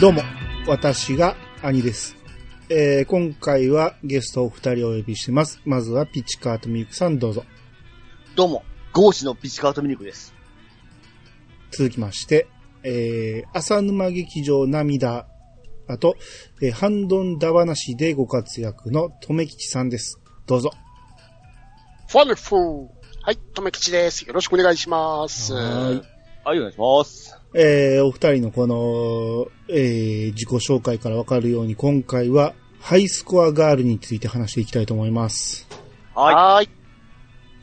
どうも、私が兄です。えー今回はゲストをお二人お呼びしてます。まずはピッチカートミルクさんどうぞ。どうも、ゴーシのピチカートミルクです。続きまして、えー浅沼劇場涙、あと、えー、ハンドンダ話でご活躍のとめきちさんです。どうぞ。ファミフーはい、とめきちです。よろしくお願いします。ははい、お願いします。えーお二人のこの、えー自己紹介からわかるように、今回はハイスコアガールについて話していきたいと思います。はい。はーい。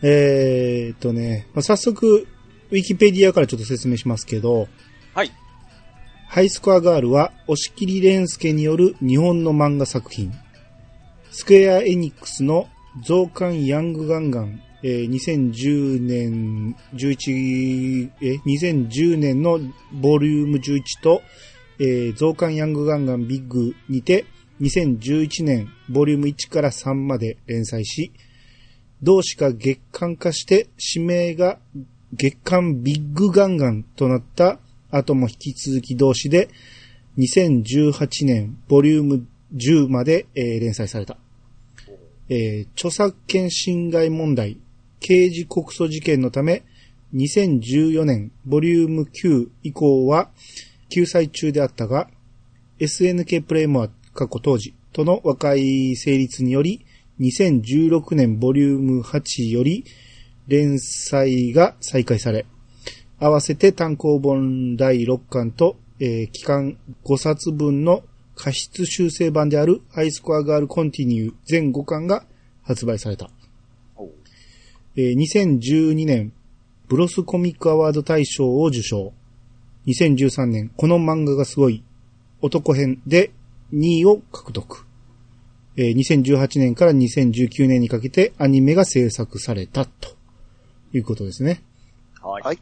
えーっとね、まあ早速、ウィキペディアからちょっと説明しますけど、はい。ハイスコアガールは、押切蓮介による日本の漫画作品。スクエアエニックスの増刊ヤングガンガン、えー2010年11、え、2010年のボリューム11と、えー増刊ヤングガンガンビッグにて、2011年ボリューム1から3まで連載し、同誌が月刊化して、指名が月刊ビッグガンガンとなった後も引き続き同誌で、2018年ボリューム10まで、えー連載された。えー著作権侵害問題、刑事告訴事件のため、2014年ボリューム9以降は救済中であったが、SNK プレイモア過去当時との和解成立により、2016年ボリューム8より連載が再開され、合わせて単行本第6巻と、えー期間5冊分の過失修正版であるハイスコアガールコンティニュー全5巻が発売された。えー2012年、ブロスコミックアワード大賞を受賞。2013年、この漫画がすごい、男編で2位を獲得。えー2018年から2019年にかけてアニメが制作されたということですね。はい。はい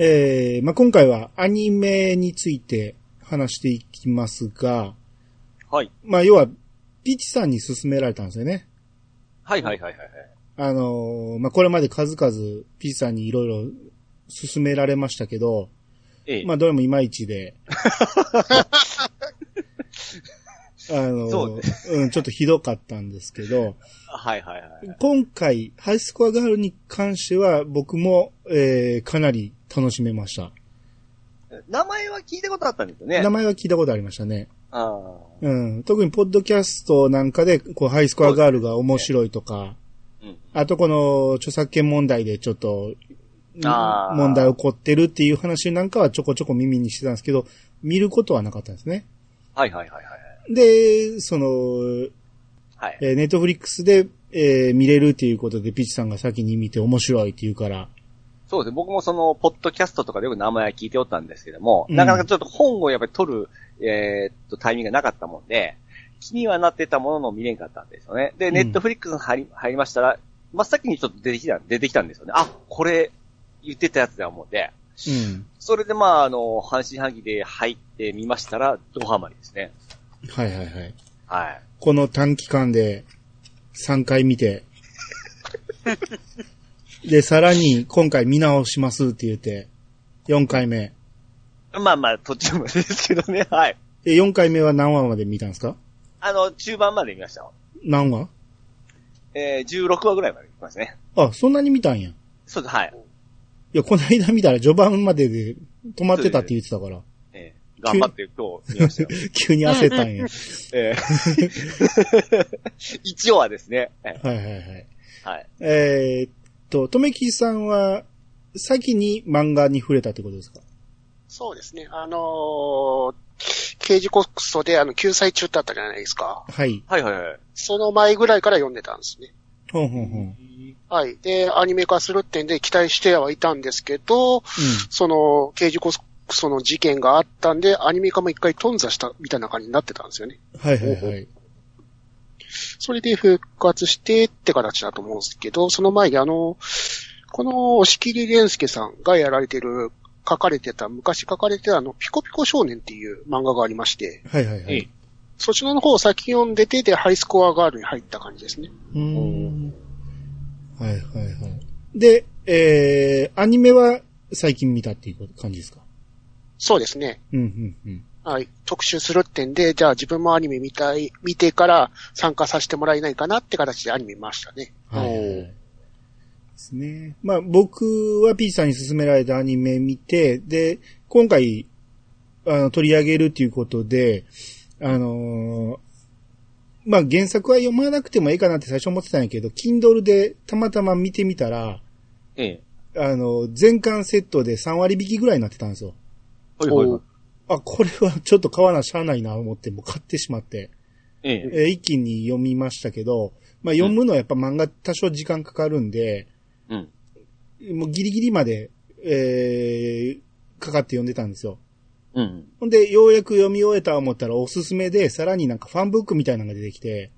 えーまあ、今回はアニメについて話していきますが、はい。まあ、要は、ピチさんに勧められたんですよね。はい、はい、はい、はい。あのーまあ、これまで数々、ピチさんにいろいろ勧められましたけど、ええ。まあ、どれもいまいち で。あのそうねうん、ちょっとひどかったんですけど、はい、はい、はい。今回、ハイスコアガールに関しては、僕も、えー、かなり楽しめました。名前は聞いたことあったんですよね。名前は聞いたことありましたね。ああ。うん、特にポッドキャストなんかで、こう、ハイスコアガールが面白いとか、うん。あとこの著作権問題でちょっと、あー問題起こってるっていう話なんかはちょこちょこ耳にしてたんですけど、見ることはなかったんですね。はい、はい、はい、で、その、はい。はい。えネットフリックスで、えー見れるっていうことで、ピッチさんが先に見て面白いって言うから、そうですね。僕もその、ポッドキャストとかでよく名前は聞いておったんですけども、うんなかなかちょっと本をやっぱり取る、えーっと、タイミングがなかったもんで、気にはなってたものの見れんかったんですよね。で、うんネットフリックスに入り、入りましたら、真っ先にちょっと出てきた、出てきたんですよね。あ、これ、言ってたやつだ思って。うん。それでまあ、あの、半信半疑で入ってみましたら、ドハマりですね。はいはいはい。はい。この短期間で3回見 て、で、さらに今回見直しますって言って、4回目。まあまあ、途中までですけどね、はい。え、4回目は何話まで見たんですかあの、中盤まで見ましたよ。何話えー、16話ぐらいまで見ましたね。あ、そんなに見たんや。いそうです、はい。や、この間見たら序盤までで止まってたって言ってたから、えー、頑張って今日見ましたよ。急に焦ったんや。えー、 一応はですね、えはいはいはい。ーはい。えーっと、とめきさんは、先に漫画に触れたってことですかそうですね。あのー刑事告訴であの救済中ってあったじゃないですか。はい。はいはいはい。その前ぐらいから読んでたんですね。ほんほんほん。うん。はい。で、アニメ化するってんで期待してはいたんですけど、その刑事告訴の事件があったんで、アニメ化も一回頓挫したみたいな感じになってたんですよね。はいはいはい。それで復活してって形だと思うんですけど、その前にあの、この押切蓮介さんがやられてる、書かれてた、昔書かれてたあの、ピコピコ少年っていう漫画がありまして、はいはいはえいえ。そちらの方を先読んでて、で、ハイスコアガールに入った感じですね。うーん。はいはいはい。で、えー、アニメは最近見たっていう感じですかそうですね。うんうんうん。はい、特集するってんで、じゃあ自分もアニメ見たい、見てから参加させてもらえないかなって形でアニメ見ましたね。はい。おでーすね。まあ僕は P さんに勧められたアニメ見て、で、今回、あの、取り上げるっていうことで、あのーまあ原作は読まなくてもいいかなって最初思ってたんやけど、Kindle でたまたま見てみたら、ええ。あの、全巻セットで3割引きぐらいになってたんですよ。はいはいはい。あ、これはちょっと買わなしゃあないな思って、もう買ってしまって、ええ。えー一気に読みましたけど、まあ読むのはやっぱ漫画多少時間かかるんで、うん。もうギリギリまで、えー、かかって読んでたんですよ。うん。ほんで、ようやく読み終えた思ったらおすすめで、さらになんかファンブックみたいなのが出てきて、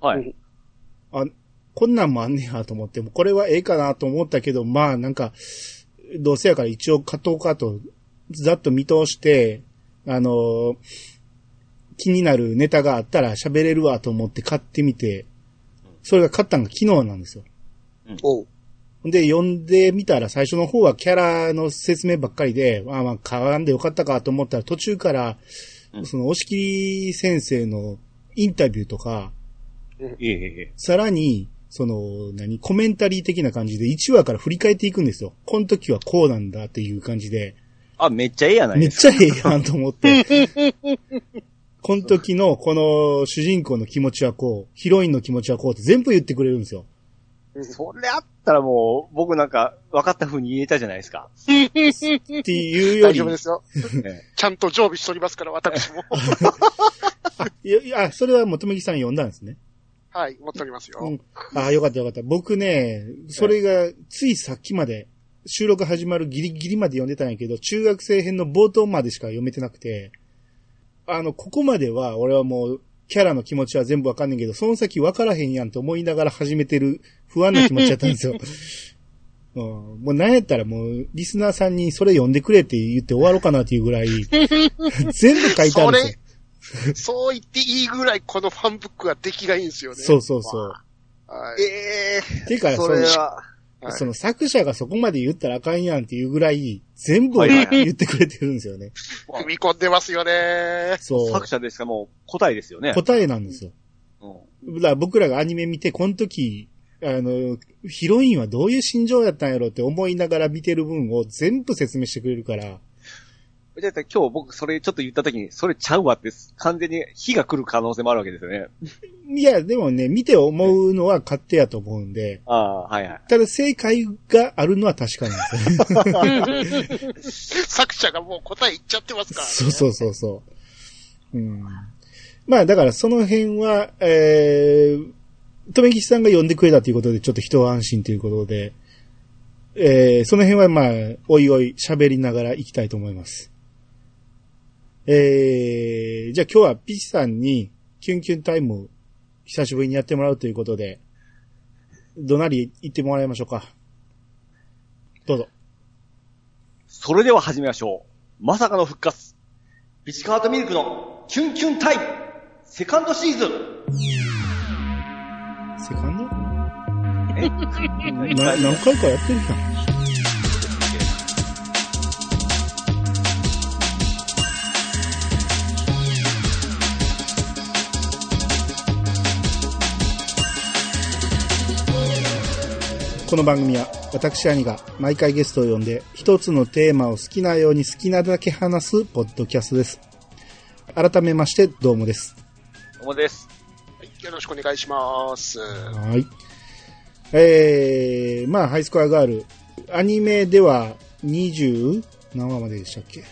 はい。こんなんもあんねやと思って、もうこれはええかなと思ったけど、まあなんか、どうせやから一応買とうかと、ざっと見通して、あのー気になるネタがあったら喋れるわと思って買ってみて、それが買ったのが昨日なんですよ。おう。で、読んでみたら最初の方はキャラの説明ばっかりで、まあまあ買わんでよかったかと思ったら途中からう、んその、押切先生のインタビューとか、ええええ。さらに、その、何、コメンタリー的な感じで1話から振り返っていくんですよ。この時はこうなんだっていう感じで、あ、めっちゃええやないめでっすちゃええやんと思って。 この時の、この主人公の気持ちはこう、ヒロインの気持ちはこうって全部言ってくれるんですよ。か。それあったらもう、僕なんか、分かった風に言えたじゃないですか。っていうよ大り丈夫、ですよ。ええちゃんと常備しておりますから、私も。いやいや、あそれはもとめきさん読んだんですね。はい、持っておりますよ。うん。ああ、よかったよかった。僕ね、それがついさっきまで、収録始まるギリギリまで読んでたんやけど、中学生編の冒頭までしか読めてなくて、あの、ここまでは俺はもう、キャラの気持ちは全部わかんねんけど、その先わからへんやんと思いながら始めてる不安な気持ちだったんです よ。うん、もうなんやったらもう、リスナーさんにそれ読んでくれって言って終わろうかなっていうぐらい、 全部書いてあるんですよ。それ、そう言っていいぐらいこのファンブックが出来がいいんですよね。そうそうそう。はい。えていうか、それは、えはいその作者がそこまで言ったらあかんやんっていうぐらい、全部はいはいはい言ってくれてるんですよね。踏み込んでますよね。そ作う。者ですからもう答えですよね。答えなんですよ。うんだから僕らがアニメ見て、この時、あの、ヒロインはどういう心情やったんやろって思いながら見てる分を全部説明してくれるから、だって今日僕それちょっと言った時に、それちゃうわって、完全に火が来る可能性もあるわけですよね。いや、でもね、見て思うのは勝手やと思うんで、ああ、はいはい。ただ正解があるのは確かなんですよね。作者がもう答え言っちゃってますからね。そうそうそうそう。うん。まあだからその辺は、えー、とめきちさんが呼んでくれたということで、ちょっと一安心ということで、えー、その辺はまあ、おいおい喋りながら行きたいと思います。えー、じゃあ今日はピチさんにキュンキュンタイム久しぶりにやってもらうということで、どなり行ってもらいましょうか。どうぞ。それでは始めましょう。まさかの復活。ビチカートミルクのキュンキュンタイムセカンドシーズンセカンドえな何回かやってるじゃん。この番組は私兄が毎回ゲストを呼んで一つのテーマを好きなように好きなだけ話すポッドキャストです。改めましてどうもです。どうもです。はいよろしくお願いします。はい。えー、まあハイスコアガール、アニメでは20何話まででしたっけ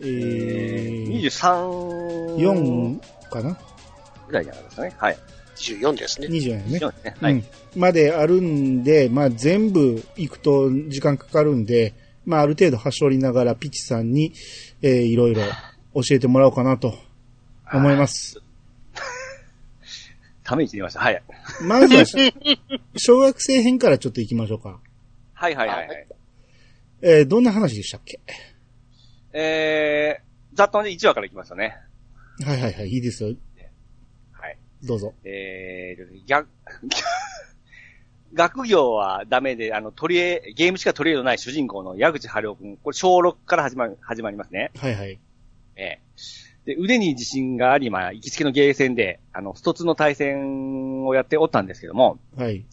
えー、 23 4かなぐらいじゃないですかね。はい。 24ですね。 ?20 やね。 4ですね。はい。うん、まであるんで、まあ、全部行くと時間かかるんで、まあ、ある程度端折りながらピチさんに、えーいろいろ教えてもらおうかなと思います。ために切りました。はい。まずは、 小学生編からちょっと行きましょうか。はいはいはい、ははいい。えーどんな話でしたっけえー、ざっとね、1話からいきましたね。はいはいはい、いいですよ。はい。どうぞ。えー、逆、 学業はダメで、あの、取り柄、ゲームしか取り柄のない主人公の矢口春夫君。これ、小6から始まる、始まりますね。はいはい。ええで、腕に自信があり、まあ、行きつけのゲーセンで、あの、ストツの対戦をやっておったんですけども、はい。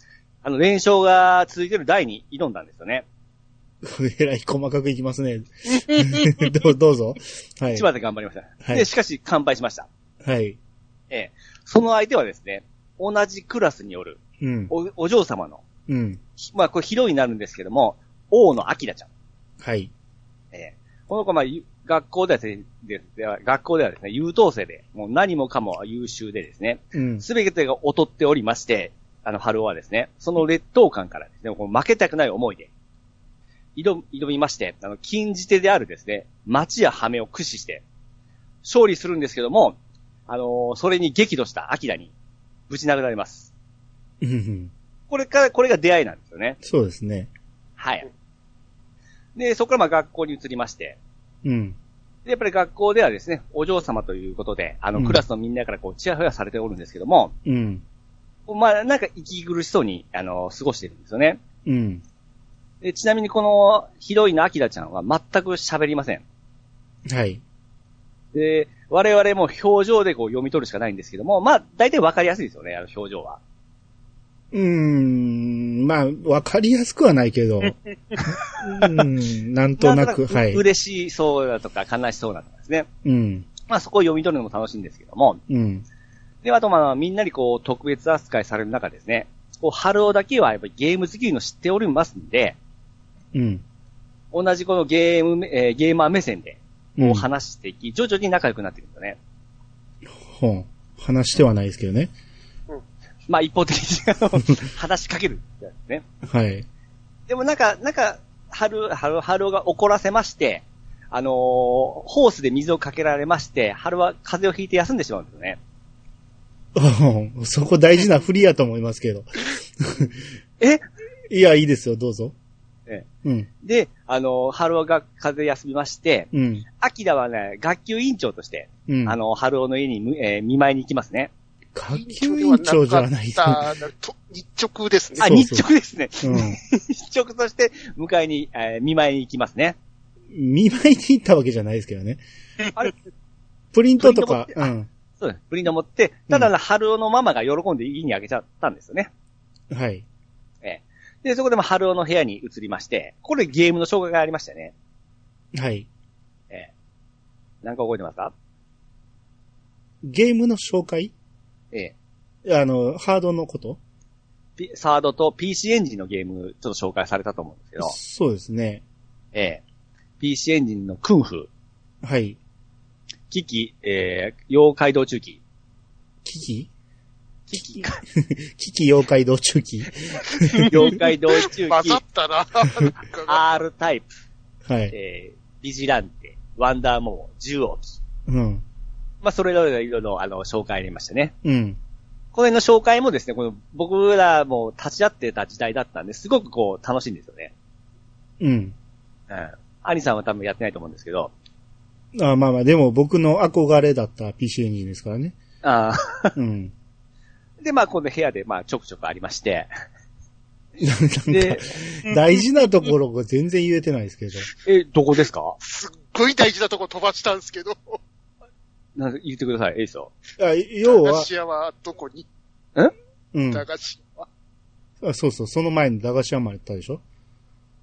あの、連勝が続いてる台に挑んだんですよね。えらい細かくいきますね。 どうどうぞ。はい一。番で頑張りました。はいで、しかし、完敗しました。はい。ええ。その相手はですね、同じクラスによる、うん。お、お嬢様の、うん。まあ、これヒロインになるんですけども、王の明ちゃん。はい。ええ。この子、まあ、ゆ学校ではですねででは、学校ではですね、優等生で、もう何もかも優秀でですね、うん。すべてが劣っておりまして、あの、春尾はですね、その劣等感からですね、こう負けたくない思いで、挑み、挑みまして、あの、禁じ手であるですね、町や羽目を駆使して、勝利するんですけども、あのーそれに激怒した明に、ぶち殴られます。うんうんこれから、これが出会いなんですよね。そうですね。はい。で、そこからまあ学校に移りまして、うん。でやっぱり学校ではですね、お嬢様ということで、あうの、んクラスのみんなからこう、ちやほやされておるんですけども、うん。まあ、なんか息苦しそうに、あの、過ごしてるんですよね。うん。でちなみにこのヒロインのアキラちゃんは全く喋りません。はい。で、我々も表情でこう読み取るしかないんですけども、まあ、大体わかりやすいですよね、あの表情は。うーん。まあ、わかりやすくはない けど。うん。なんとなく、んとはい。嬉しそうだとか悲しそうだとかですね。うん。まあ、そこを読み取るのも楽しいんですけども。うん。で、あとまあ、みんなにこう、特別扱いされる中ですね、こう、春尾だけはやっぱりゲーム好きの知っておりますんで、うん。同じこのゲーム、えーゲーマー目線で、もこう話していき、徐々に仲良くなっていくんですよね。ほん。話してはないですけどね。まあ、一方的に、あの、話しかけるみたいなね。はい。 でもなんか、なんか、春、春、春尾が怒らせまして、あのーホースで水をかけられまして、春は風邪をひいて休んでしまうんですよね。うんそこ大事な振りやと思いますけど。えいや、いいですよ、どうぞ。えうん。で、あのー春尾が風邪休みまして、うん。秋田はね、学級委員長として、うん。あ、のー春尾の家にむ、えー見舞いに行きますね。下級委員長じゃないではなかったと日直ですね。あ、そう日直ですね。うん。日直として、迎えに、えー見舞いに行きます ね。見舞いに行ったわけじゃないですけどね。あれプリントとかプ、リンうトん。そうです。プリント持って、ただ、春尾のママが喜んで家にあげちゃったんですよね。はい。で、そこでも春尾の部屋に移りまして、これゲームの障害がありましたね。はい。ええ。なんか覚えてますかゲームの紹介ええ。あの、ハードのことピサードと PC エンジンのゲーム、ちょっと紹介されたと思うんですけど、そうですね。ええ。PC エンジンのクンフ、はい。キキ、ええ、妖怪道中記、キキキキ、キキ妖怪道中記 妖怪道中混記ざ、ったな。なんかが R タイプ、はい。ええ、ビジランテ、ワンダーモモ、十王記。うん。まあ、それぞれのいろいろ、あの、紹介ありましたね。うん。この辺の紹介もですね、この僕らも立ち会ってた時代だったんで、すごくこう、楽しいんですよね。うん。うん。アニさんは多分やってないと思うんですけど、あまあまあ、でも僕の憧れだった PC エンジンですから ね。ああ、うん。で、まあ、この部屋で、まあ、ちょくちょくありまして。なんで か、、大事なところが全然言えてないですけど。え、どこですかすっごい大事なとこ飛ばしたんですけど、なんか言ってください、えいですよ。あ駄要菓は、子屋はどこにうん。駄菓子は、あそうそう、その前に駄菓子屋まで行ったでしょ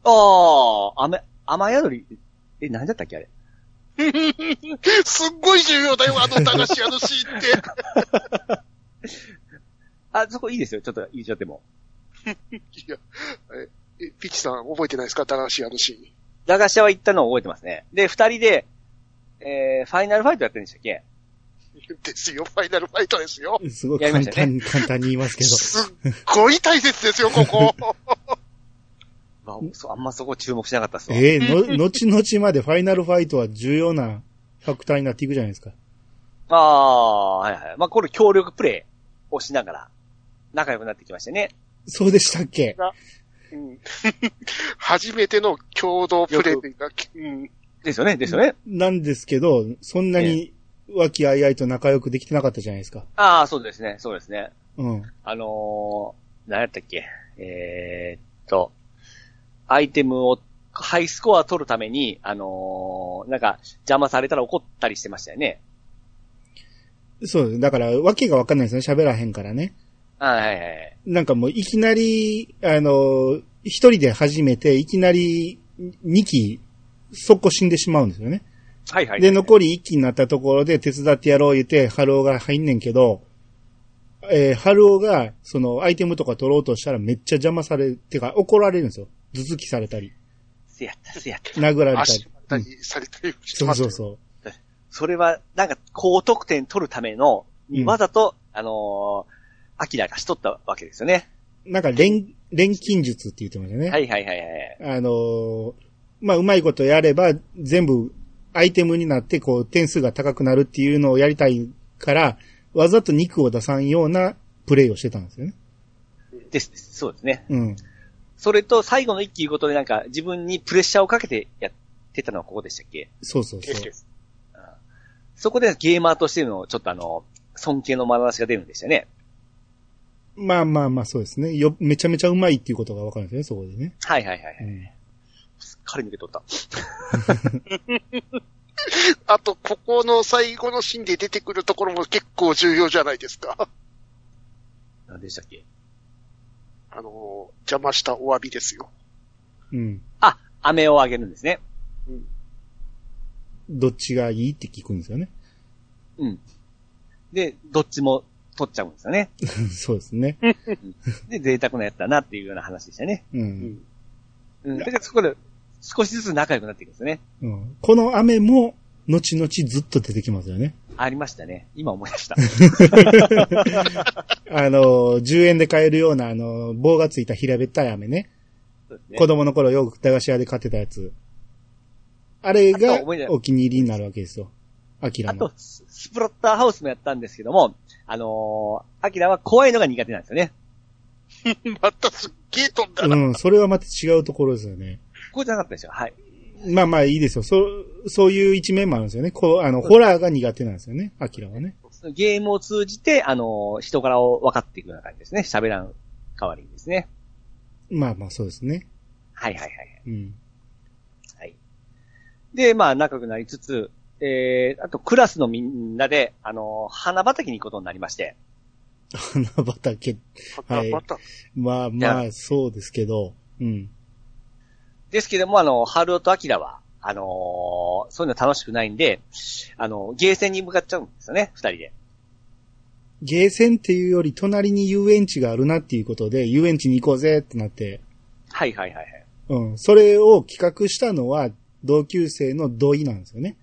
ああ、雨、雨宿り、え、何だったっけあれ。すっごい重要だよ、あの駄菓子屋のシーンって。あ、そこいいですよ、ちょっと言っちゃっても。いや、え、えピッチさん覚えてないですか駄菓子屋のシーン。駄菓子屋は行ったのを覚えてますね。で、二人で、えー、ファイナルファイトやってるんでしたっけですよ、ファイナルファイトですよ。すごいやりま簡した単、ね簡単に言いますけ ど。すっごい大切ですよ、ここ。あそうあんまそこ注目しなかったっすわええの、後々までファイナルファイトは重要なファクターになっていくじゃないですか。ああ、はいはい。まあ、これ協力プレイをしながら、仲良くなってきましたね。そうでしたっけうん、初めての共同プレイが、うん、ですよね、ですよね。なんですけど、そんなに和気あいあいと仲良くできてなかったじゃないですか。ああ、そうですね、そうですね。うん。あのー、何やったっけえー、っと、アイテムをハイスコア取るために、あのーなんか、邪魔されたら怒ったりしてましたよね。そうです。だから、わけがわかんないですね。喋らへんからね。はいはいはい。なんかもういきなり、あの、一人で始めて、いきなり2期、速攻死んでしまうんですよね。はいはい。で、残り1期になったところで手伝ってやろう言って、春尾が入んねんけど、えー、春尾が、その、アイテムとか取ろうとしたらめっちゃ邪魔され、てか怒られるんですよ。頭突きされたり、せやった、せやった。殴られたり足。たりされたりしてそうますそようそう。それは、なんか、高得点取るための、うんわざと、あのー、アキラがしとったわけですよね。なんか、錬、錬金術って言ってましたね。はいはいはいはい。あのーまあ、うまいことやれば、全部、アイテムになって、こう、点数が高くなるっていうのをやりたいから、わざと肉を出さんようなプレイをしてたんですよね。です、ですそうですね。うん。それと、最後の一期いうことで、なんか、自分にプレッシャーをかけてやってたのはここでしたっけそうそうそう。そこでゲーマーとしての、ちょっとあの、尊敬の眼差しが出るんでしたね。まあまあまあ、そうですね。よ、めちゃめちゃうまいっていうことがわかるんですね、そこでね。はいはいはいはうい。ん彼抜け取った。あと、ここの最後のシーンで出てくるところも結構重要じゃないですか。何でしたっけあの、邪魔したお詫びですよ。うん。あ、飴をあげるんですね。どっちがいいって聞くんですよね。うん。で、どっちも取っちゃうんですよね。そうですね。で、贅沢なやつだなっていうような話でしたね。うん。うん。だからそこで、少しずつ仲良くなっていくんですよね。うん、この雨も、後々ずっと出てきますよね。ありましたね。今思い出した。あのー、10円で買えるような、あのー、棒がついた平べったい雨ね。そうですね子供の頃よく駄菓子屋で買ってたやつ。あれあがと思い出お気に入りになるわけですよ。アキラあのと。、ススプラッターハウスもやったんですけども、あのー、アキラは怖いのが苦手なんですよね。またすっげえ飛んだうな。ん、それはまた違うところですよね。こうじゃなかったでしょ。はい。まあまあいいですよ。そう、そういう一面もあるんですよね。こう、あの、ホラーが苦手なんですよね。アキラはね。ゲームを通じて、あのー、人柄を分かっていくような感じですね。喋らん代わりにですね。まあまあそうですね。はいはいはい。うん。はい。で、まあ、仲良くなりつつ、えー、あとクラスのみんなで、あのー、花畑に行くことになりまして。花畑。はいまた、まあまあ、そうですけど。うん。ですけども、あの、春尾と明は、あのーそういうの楽しくないんで、あの、ゲーセンに向かっちゃうんですよね、二人で。ゲーセンっていうより隣に遊園地があるなっていうことで、遊園地に行こうぜってなって。はいはいはいはい。うん。それを企画したのは、同級生の土井なんですよね。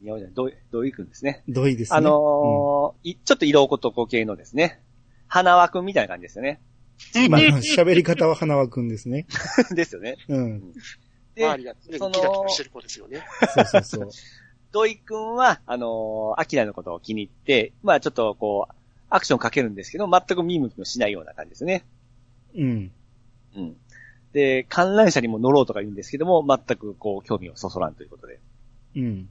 宮本さん、どう、どういくんですね。土井ですね。あのーいちょっと色男系のですね、花輪くんみたいな感じですよね。 まあ、喋り方は花輪くんですね。ですよね。うん。で、周りが常にキラキラしてる子ですよね。そうそうそう。土井くんは、あのー、アキラのことを気に入って、まあちょっとこう、アクションかけるんですけど、全く見向きもしないような感じですね。うん。うん。で、観覧車にも乗ろうとか言うんですけども、全くこう、興味をそそらんということで。うん。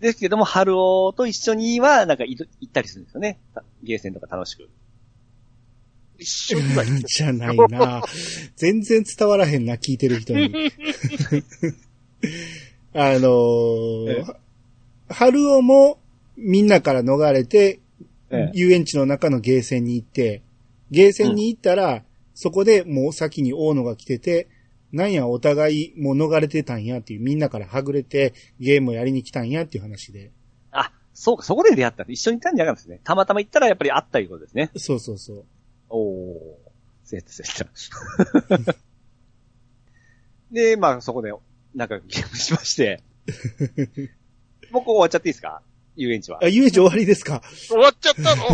ですけども、春尾と一緒には、なんかいど行ったりするんですよね。たゲーセンとか楽しく。一緒には行ってじゃないな全然伝わらへんな、聞いてる人 に。あのー、春尾もみんなから逃れて、ええ遊園地の中のゲーセンに行って、ゲーセンに行ったら、そこでもう先に大野が来てて、なんやお互いもう逃れてたんやっていう、みんなからはぐれてゲームをやりに来たんやっていう話で。あ、そうか、そこで出会ったんで一緒にいたんじゃなかったんですね。たまたま行ったらやっぱり会ったいうことですね。そうそうそう。おお。せやったせやった。 で、まあそこで、なんかゲームしま して。もうここ終わっちゃっていいですか遊園地はあ、。遊園地終わりですか終わっちゃったの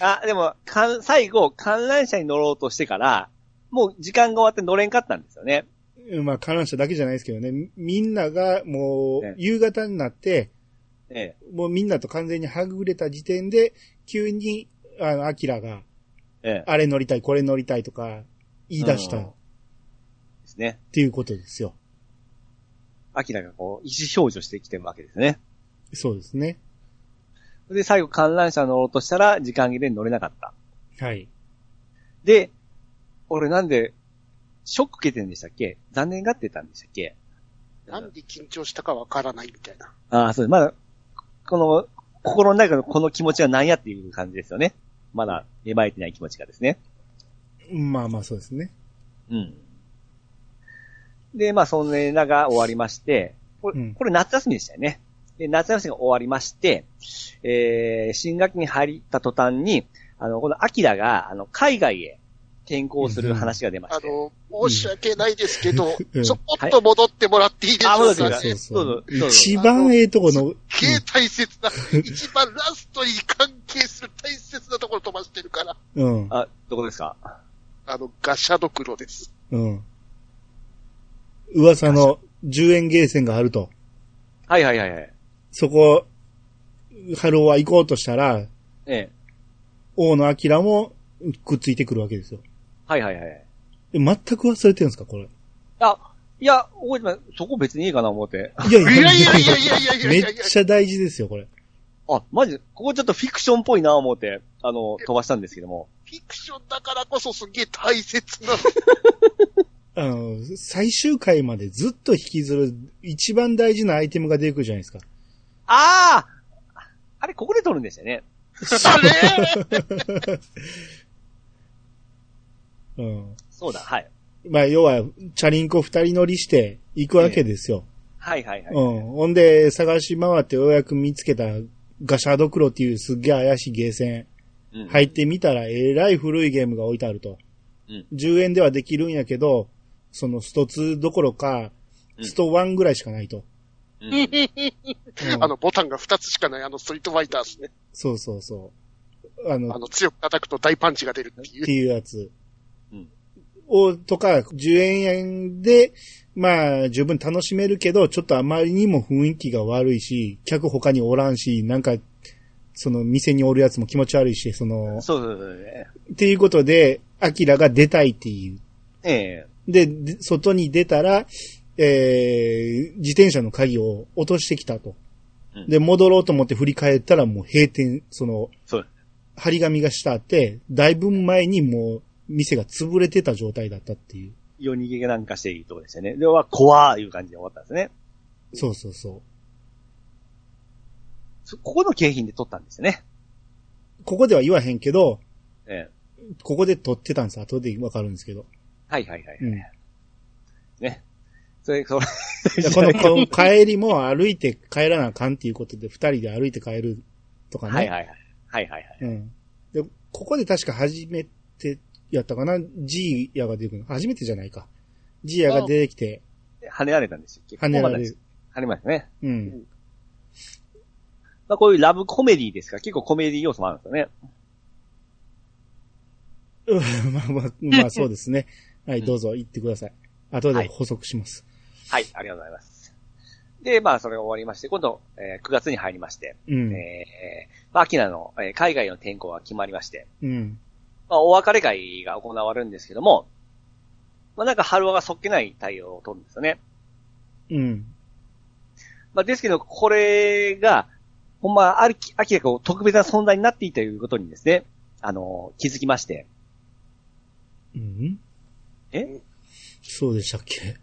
あ、でも、かん最後、観覧車に乗ろうとしてから、もう時間が終わって乗れんかったんですよね。うんまあ、観覧車だけじゃないですけどね、みみんながもうね、夕方になって、ええ。もうみんなと完全にはぐれた時点で、急に、あの、アキラが、ええ。あれ乗りたい、これ乗りたいとか、言い出したうんっですね。ていうことですよ。アキラがこう、意思表示してきてるわけですね。そうですね。で、最後観覧車乗ろうとしたら、時間切れに乗れなかった。はい。で、俺なんで、ショック受けてるんでしたっけ残念がってたんでしたっけなんで緊張したかわからないみたいな。ああ、そうです。まだ、この、心の中のこの気持ちが何やっていう感じですよね。まだ芽生えてない気持ちがですね。まあまあそうですね。うん。で、まあ、そのネタが終わりまして、こうれ、んこれ夏休みでしたよね。で、夏休みが終わりまして、えー、新学期に入った途端に、あの、このアキラが、あの、海外へ転校する話が出まあして。の、申し訳ないですけど、うんちょこっと戻ってもらっていいですか、あ戻ってそうくださいそうどそうぞう。、どうぞ。一番ええとこの、すげえ大切な、一番ラストに関係する大切なところ飛ばしてるから、うん、あ、どこですかあの、ガシャドクロです。 うん。噂の10円ゲーセンがあると。はいはいはいはい。そこ、春尾は行こうとしたら、ええ。大野明もくっついてくるわけですよ。はいはいはい。え全く忘れてるんですかこれ。あ、いや、覚えてます。そこ別にいいかな思って。いやい いやいやいやいやいやいやめいやっちゃ大事ですよ、これ。あ、マジ、ここちょっとフィクションっぽいな思って、あの、飛ばしたんですけども。フィクションだからこそすげえ大切 な、あの、最終回までずっと引きずる、一番大事なアイテムが出てくるじゃないですか。あああれ、ここで撮るんでしたよね。あれうん。そうだ、はい。まあ、要は、チャリンコ二人乗りして行くわけですよ。はいはいはい。うん。ほんで、探し回ってようやく見つけたガシャドクロっていうすっげえ怪しいゲーセン。うん入ってみたら、えらい古いゲームが置いてあると。うん10円ではできるんやけど、そのスト2どころか、うんスト1ぐらいしかないと。うんうんあの、ボタンが2つしかないあのストリートファイターですね。そうそうそう。あの、あっの、強く叩くと大パンチが出るっていうて。いうやつ。うんを、とか、10円で、まあ、十分楽しめるけど、ちょっとあまりにも雰囲気が悪いし、客他におらんし、なんか、その店におるやつも気持ち悪いし、そ の、そうそうそうね。っていうことで、アキラが出たいっていうええで、で外に出たら、えー、自転車の鍵を落としてきたと。うんで、戻ろうと思って振り返ったらもう閉店、その、そう。張り紙がしてあって、だいぶ前にもう店が潰れてた状態だったっていう。夜逃げなんかしていいとこでしたね。では、怖ーいう感じで終わったんですね。そうそうそう。そここの景品で撮ったんですよね。ここでは言わへんけど、ええここで撮ってたんです。後でわかるんですけど。はいはいはい。うんね。それ、それ、でこの、この帰りも歩いて帰らなあかんっていうことで、二人で歩いて帰るとかね。はいはいはい。はいはいはい。うん。で、ここで確か初めてやったかな ?G ヤが出てくるの初めてじゃないか。G ヤが出てきて、で跳ねられたんですよ。結構跳ねられまる。だ跳ねましたね。うん。まあ、こういうラブコメディですから、結構コメディ要素もあるんですよね。 まあまあ、まあそうですね。はい、うんどうぞ言ってください。後はでい補足します。はい、ありがとうございます。で、まあ、それが終わりまして、今度、え9月に入りまして、うん。えー、まあ、アキナの、えー海外の転校が決まりまして、うん。まあ、お別れ会が行われるんですけども、まあ、なんか、春輪がそっけない対応を取るんですよね。うん。まあ、ですけど、これが、ほんま、あるき、アキラがこう特別な存在になっていたということにですね、あの気づきまして、うん。えそうでしたっけ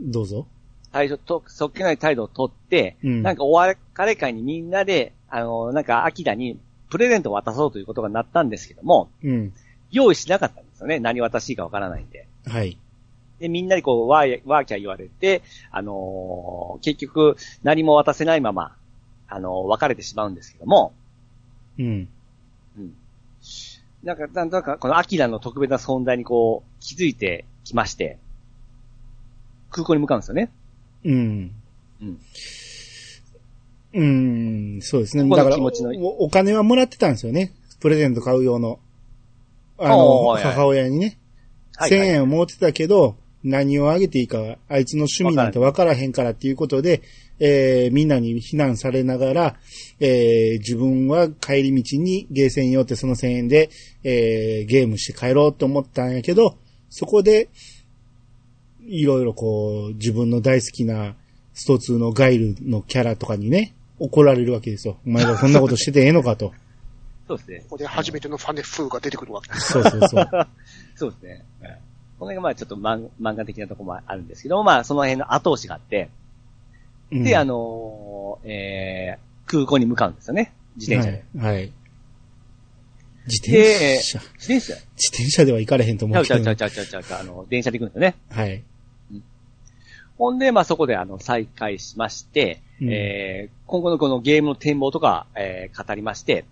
どうぞ。最初、と、そっけない態度を取って、うんなんかお別れ会にみんなで、あのなんか、アキラにプレゼントを渡そうということがなったんですけども、うん。用意しなかったんですよね。何渡していいかわからないんで。はい。で、みんなにこう、わーや、わーキャー言われて、あのー結局、何も渡せないまま、あのー別れてしまうんですけども、うん。うん。なんか、なんなんか、このアキラの特別な存在にこう、気づいてきまして、空港に向かうんですよね。うん。うん。うん、そうですね。ここだのから気持ちのお、お金はもらってたんですよね。プレゼント買う用の。あおの、ーはいはい母親にね。はい1000はい円を持ってたけど、何をあげていいか、あいつの趣味なんて分からへんからっていうことで、えー、みんなに非難されながら、えー、自分は帰り道にゲーセン寄ってその1000円で、えー、ゲームして帰ろうと思ったんやけど、そこで、いろいろこう、自分の大好きなスト2のガイルのキャラとかにね、怒られるわけですよ。お前がそんなことしててええのかと。 そうですねこ。こで初めてのファネフーが出てくるわけです。そうそうそう。そうですね。この辺がまあちょっと漫漫画的なところもあるんですけども、まあその辺の後押しがあって、うんで、あのーえー、空港に向かうんですよね。自転車で。はい。はい自で転車、自自転車ち転車では行かれへんと思ゃううけちゃどうちゃうちゃうちゃうちゃうあの、電車で行くんですよね。はい。ほんで、まあそこであの、再開しまして、うんえー、今後のこのゲームの展望とか、えー、語りまして、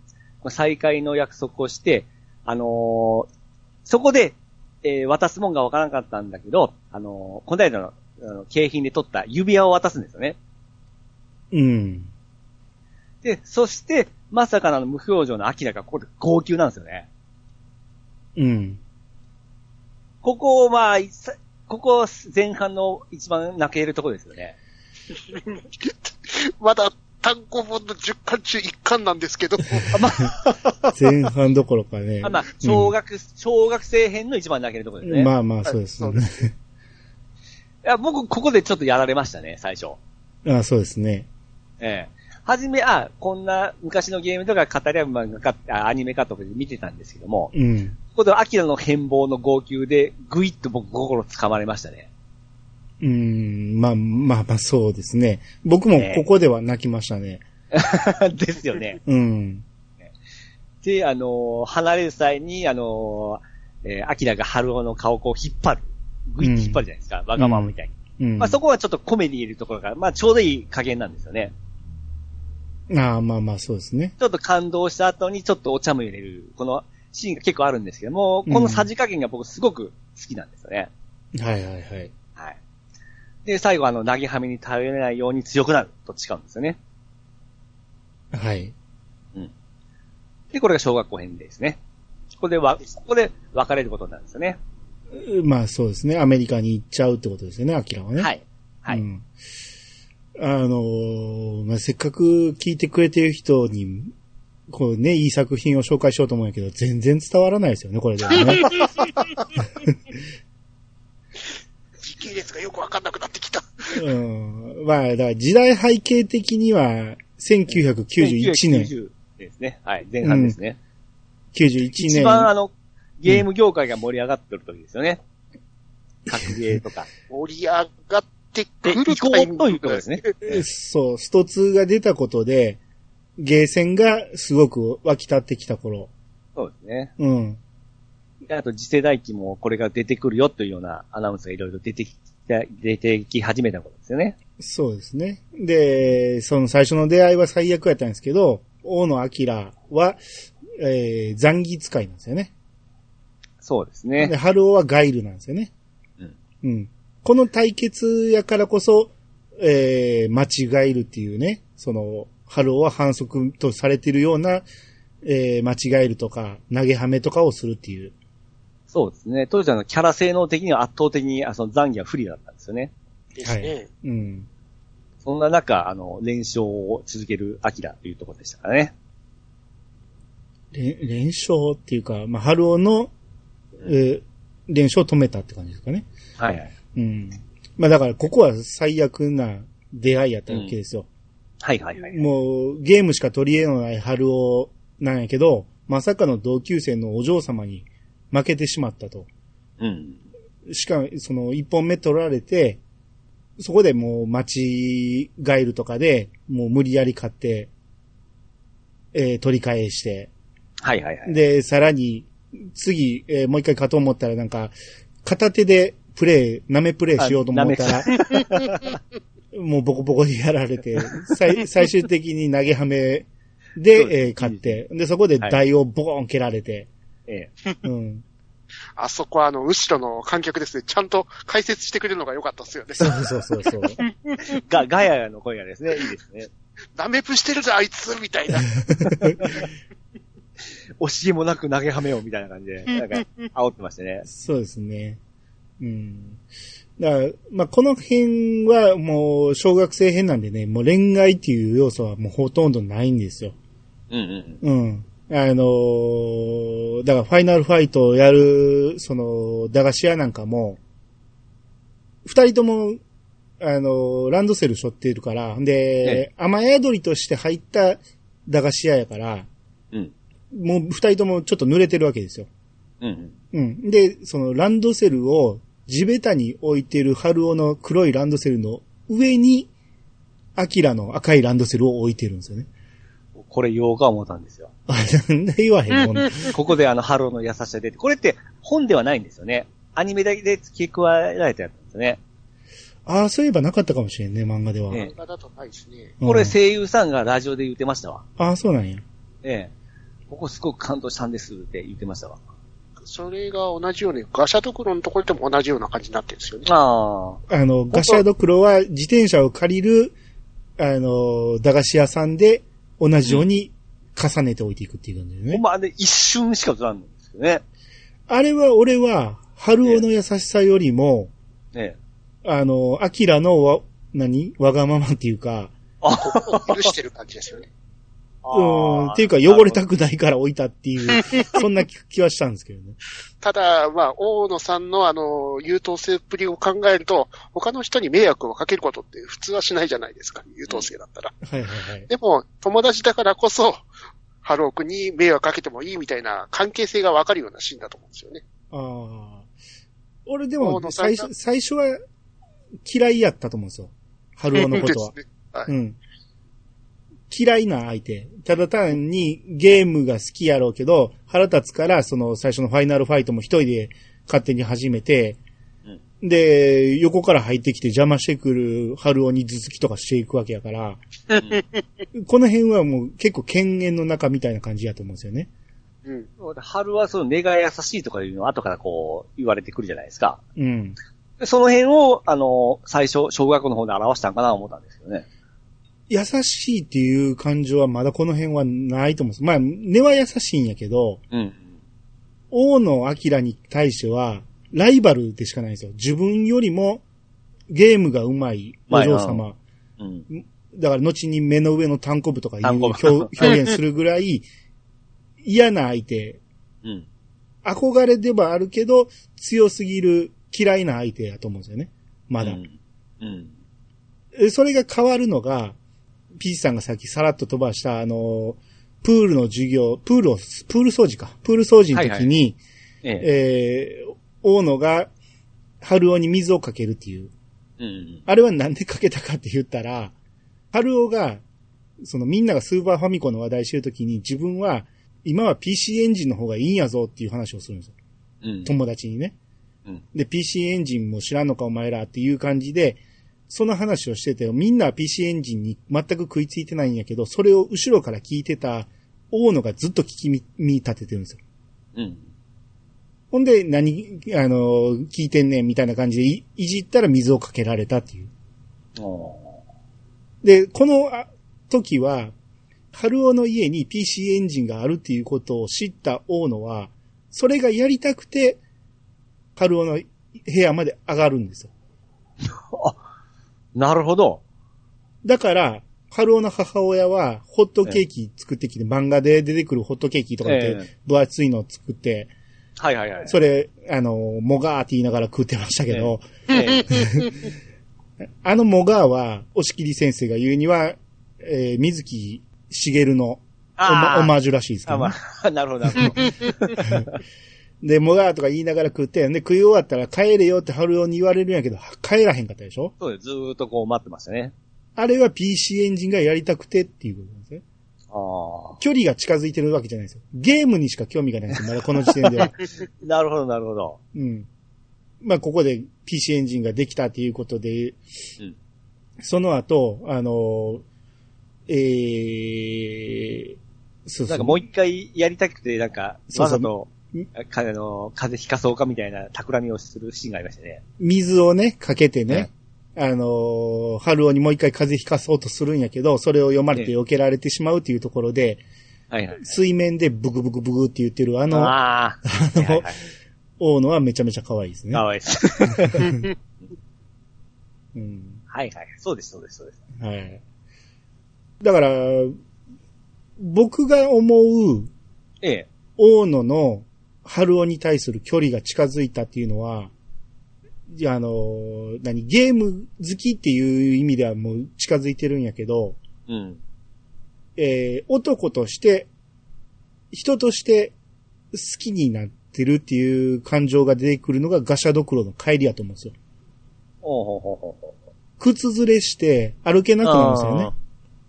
まあ再開の約束をして、あのーそこで、えー、渡すもんがわからなかったんだけど、あのーこの間の、あの、景品で取った指輪を渡すんですよね。うん。で、そして、まさかのあの無表情のアキラがここで号泣なんですよね。 うん。ここ、まあ、いさここ前半の一番泣けるところですよね。。まだ単行本の10巻中1巻なんですけど、前半どころかねあまあ、小学、小学生編の一番泣けるところですね。まあまあ、そうですはいそうでね。いや、僕、ここでちょっとやられましたね、最初。あそうですね。ええ。はじめ、あ、こんな昔のゲームとか語り合う漫画か、あアニメかとかで見てたんですけども、うん。ここでアキラの変貌の号泣で、ぐいっと僕心掴まれましたね。 うん、まあまあまあ、そうですね。僕もここでは泣きましたね。ですよね。うん。で、あのー離れる際に、あのーえーアキラが春尾の顔をこう引っ張る。ぐいって引っ張るじゃないですか。わがままみたいに。うん。まあそこはちょっとコメディいるところが、まあちょうどいい加減なんですよね。ああ、まあまあ、そうですね。ちょっと感動した後にちょっとお茶も入れる、このシーンが結構あるんですけども、このさじ加減が僕すごく好きなんですよね。はいはいはい。はい。で、最後あの、投げはめに頼れないように強くなると誓うんですよね。はい。で、これが小学校編ですね。ここでわ、ここで別れることになるんですよね。まあそうですね。アメリカに行っちゃうってことですよね、アキラはね。。はいい。はい。うん、あのーまあ、せっかく聞いてくれてる人に、こうね、いい作品を紹介しようと思うんやけど、全然伝わらないですよね、これではね。 時系列がよくわかんなくなってきた。うん。まあ、だから時代背景的には、1991年、 1990ですね。はい。前半ですね。 91一番年、あの、ゲーム業界が盛り上がってる時ですよね。格ゲーとか。盛り上がってくで、る移行タイミングということですね。そう、スト2が出たことで、ゲーセンがすごく湧き立ってきた頃。そうですね。うん。あと次世代機もこれが出てくるよというようなアナウンスがいろいろ出てきた、出てき始めたことですよね。そうですね。で、その最初の出会いは最悪やったんですけど、大野明は、えー、残儀使いなんですよね。そうですで、ね。春尾はガイルなんですよね。うん。うん。この対決やからこそ、えー、間違えるっていうね、その、春尾は反則とされてるような、えー、間違えるとか、投げはめとかをするっていう。そうですね。当時はあのキャラ性能的には圧倒的にあその残機は不利だったんですよね。ですね。うん。そんな中、あの、連勝を続けるアキラというところでしたからね。連連勝っていうか、まあ、春尾の、えー、連勝を止めたって感じですかね。はい、はい。うん。まあだからここは最悪な出会いやったわけですよ。はいはいはい。もうゲームしか取り柄のない春尾なんやけど、まさかの同級生のお嬢様に負けてしまったと。うん。しかも、その一本目取られて、そこでもう街ガイルとかで、もう無理やり買って、えー取り返して、はいはいはい。で、さらに、次、えーもう一回勝とう思ったら、なんか、片手でプレイ、舐めプレイしようと思ったら、 もうボコボコにやられて、 最最終的に投げはめそうで、ですえー勝って、で、そこで台をボーン蹴られて、ええ。 うん。あそこはあの、後ろの観客ですね、ちゃんと解説してくれるのが良かったですよね。そうそうそうそう。が、ガヤの声がですね、いいですね。ダメプしてるぞ、あいつみたいな。惜しげもなく投げはめようみたいな感じで、なんか、煽ってましたね。そうですね。うん。だから、まあ、この辺はもう小学生編なんでね、もう恋愛っていう要素はもうほとんどないんですよ。うんうん。うん。あのーだからファイナルファイトをやる、その、駄菓子屋なんかも、二人とも、あのーランドセル背負っているから、で、雨宿りとして入った駄菓子屋やから、うん。もう二人ともちょっと濡れてるわけですよ。うんうん。うん。で、そのランドセルを地べたに置いてる春尾の黒いランドセルの上に、アキラの赤いランドセルを置いてるんですよね。 これ洋画思ったんですよ。あ、なんで言わへんもん。 ここであの、ハローの優しさ出て、これって本ではないんですよね。アニメだけで付け加えられたやつなんですよね。ああ、そういえばなかったかもしれんね、漫画では。え漫画だとないですね。うんこれ声優さんがラジオで言ってましたわ。ああ、そうなんや。ええ。ここすごく感動したんですって言ってましたわ。それが同じように、ガシャドクロのところでも同じような感じになってるんですよね。ああの、ガシャドクロは自転車を借りる、あの、駄菓子屋さんで同じように重ねて置いていくっていう感じだよあ。ね。ほんまあね、一瞬しか映らんのですけどね。あれは俺は、春尾の優しさよりも、ええ。あの、アキラのわ、何わがままっていうか、心を許してる感じですよね。うん、っていうか汚れたくないから置いたって いう、そんな気はしたんですけどね。ただ、まあ、大野さんのあの、優等生っぷりを考えると、他の人に迷惑をかけることって普通はしないじゃないですか、優等生だったら。はいはいはい。でも、友達だからこそ、ハロー君に迷惑かけてもいいみたいな関係性がわかるようなシーンだと思うんですよね。ああ。俺で大も野さん最が初、最初は嫌いやったと思うんですよ。春尾のことは。 ですね。はいうん。嫌いな相手。ただ単にゲームが好きやろうけど、腹立つから、その最初のファイナルファイトも一人で勝手に始めて、で、横から入ってきて邪魔してくる春尾に頭突きとかしていくわけやから、この辺はもう結構犬猿の中みたいな感じやと思うんですよね。うん。春はその根が優しいとかいうのを後からこう言われてくるじゃないですか。うん。でその辺を、あの、最初、小学校の方で表したんかなと思ったんですけどね。優しいっていう感情はまだこの辺はないと思うんです。まあ、根は優しいんやけど、うん。大野明に対しては、ライバルでしかないんですよ。自分よりも、ゲームが上手いお嬢ま様。うん。だから、後に目の上の単コブとかいう単コ表ブ表現するぐらい、嫌な相手。うん。憧れではあるけど、強すぎる嫌いな相手やと思うんですよね。まだう。ん。うん。えそれが変わるのが、ピーチさんがさっきさらっと飛ばした、あの、プールの授業、プールを、プール掃除か。プール掃除の時に、ええ。えー、大野が春尾に水をかけるっていう。うん。あれはなんでかけたかって言ったら、春尾が、そのみんながスーパーファミコンの話題してるときに自分は、今は PC エンジンの方がいいんやぞっていう話をするんですよ。うん。友達にね。うんで、PC エンジンも知らんのかお前らっていう感じで、その話をしてて、みんなは PC エンジンに全く食いついてないんやけど、それを後ろから聞いてた大野がずっと聞きみ見立ててるんですよ。うん。ほんで、何、あの、聞いてんねんみたいな感じでい、いじったら水をかけられたっていう。おで、このあ時は、春尾の家に PC エンジンがあるっていうことを知った大野は、それがやりたくて、春尾の部屋まで上がるんですよ。ーなるほど。だから、春尾の母親は、ホットケーキ作ってきて、漫画で出てくるホットケーキとかっえて、分厚いのを作って、はいはいはい。それ、あの、もがーって言いながら食ってましたけど、え えあのモガーは、押切先生が言うには、えー、水木しげるのオマあーオマージュらしいですけあ、ど、ねま あ、なるほど、なるほど。で、モガーとか言いながら食って、で、食い終わったら帰れよって春雄に言われるんやけど、帰らへんかったでしょそうです。ずーっとこう待ってましたね。あれは PC エンジンがやりたくてっていうことなんですね。ああ。距離が近づいてるわけじゃないですよ。ゲームにしか興味がないんですよ、まだこの時点 では。なるほど、なるほど。うん。まあ、ここで PC エンジンができたということで、うんその後、あの、えー、そうなそんうかもう一回やりたくて、なんか、そうわそざうとん、かあの、風邪ひかそうかみたいな企みをするシーンがありましたね。水をね、かけてね、あの、春尾にもう一回風邪ひかそうとするんやけど、それを読まれて避けられてしまうというところで、はいはい。水面でブクブクブクって言ってるあの、ああ。のはいはい大野はめちゃめちゃ可愛いですねか。わいいです。はいうんはい。そうです、そうです、そうです。はい。だから、僕が思うええ。大野の春尾に対する距離が近づいたっていうのは、いやあの、何、ゲーム好きっていう意味ではもう近づいてるんやけど、うん。えー男として、人として好きになっってるっていう感情が出てくるのがガシャドクロの帰りやと思うんですよ。おうほうほうほうほう。靴ずれして歩けなくなるんですよね。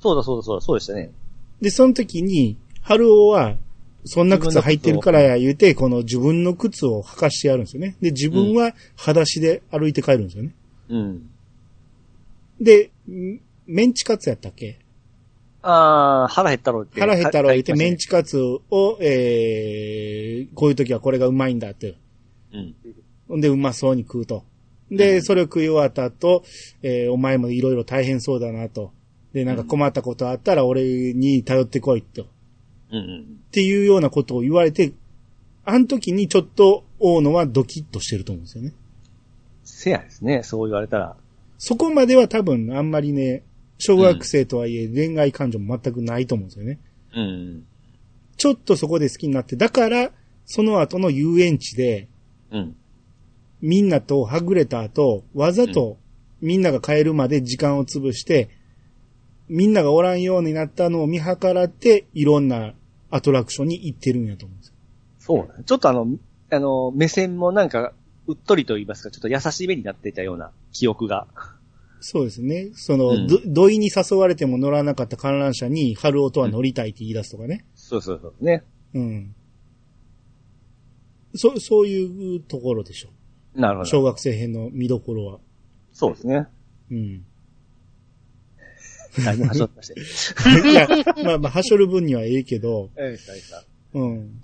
そうだそうだそうだ、そうでしたね。で、その時に、春尾は、そんな靴履いてるからや言うて、この自分の靴を履かしてやるんですよね。で、自分は裸足で歩いて帰るんですよね。うん。で、んメンチカツやったっけああ、腹減ったろうって。腹減ったろ言ってメンチ。チカツを、えー、こういう時はこれがうまいんだって。うん。ほんで、うまそうに食うと。で、うんそれを食い終わった後、えーお前もいろいろ大変そうだなと。で、なんか困ったことあったら俺に頼ってこいと。うんうん。っていうようなことを言われて、あの時にちょっと大野はドキッとしてると思うんですよね。せやですね、そう言われたら。そこまでは多分あんまりね、小学生とはいえ恋愛感情も全くないと思うんですよね。うん。ちょっとそこで好きになって、だから、その後の遊園地で、うん。みんなとはぐれた後、わざとみんなが帰るまで時間を潰して、みんながおらんようになったのを見計らって、いろんなアトラクションに行ってるんやと思うんですよ。そうだね。ちょっとあの、あの、目線もなんか、うっとりと言いますか、ちょっと優しめになっていたような記憶が。そうですね。その、うんど土井に誘われても乗らなかった観覧車に春音は乗りたいって言い出すとかね。そうそうそう。ね。うん。そ、そういうところでしょなるほう。ど。小学生編の見どころは。そうですね。 うん。だいぶ端折ってま して。いや、まあまあ、はしょる分にはええけど、ええ、大した。うん。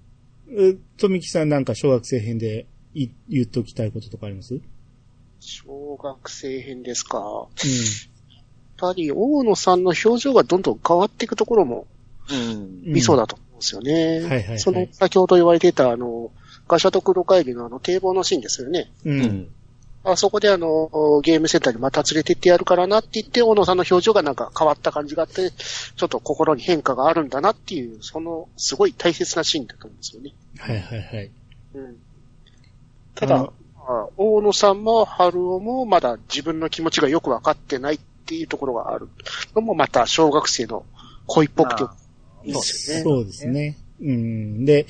え富木さんなんか小学生編でい言っときたいこととかありますうん。小学生編ですか。やっぱり、大野さんの表情がどんどん変わっていくところもうん。うん見そうだと思うんですよね。はいはいはいその、先ほど言われていた、あの、ガシャと黒会議のあの堤防のシーンですよね。う。。うんあそこであの、ゲームセンターにまた連れてってやるからなって言って、大野さんの表情がなんか変わった感じがあって、ちょっと心に変化があるんだなっていう、その、すごい大切なシーンだと思うんですよね。はいはいはい。うん。たあだ、のまあ大野さんも春尾もまだ自分の気持ちがよくわかってないっていうところがあるのもまた小学生の恋っぽくていいですよね。そうですね。うん。で、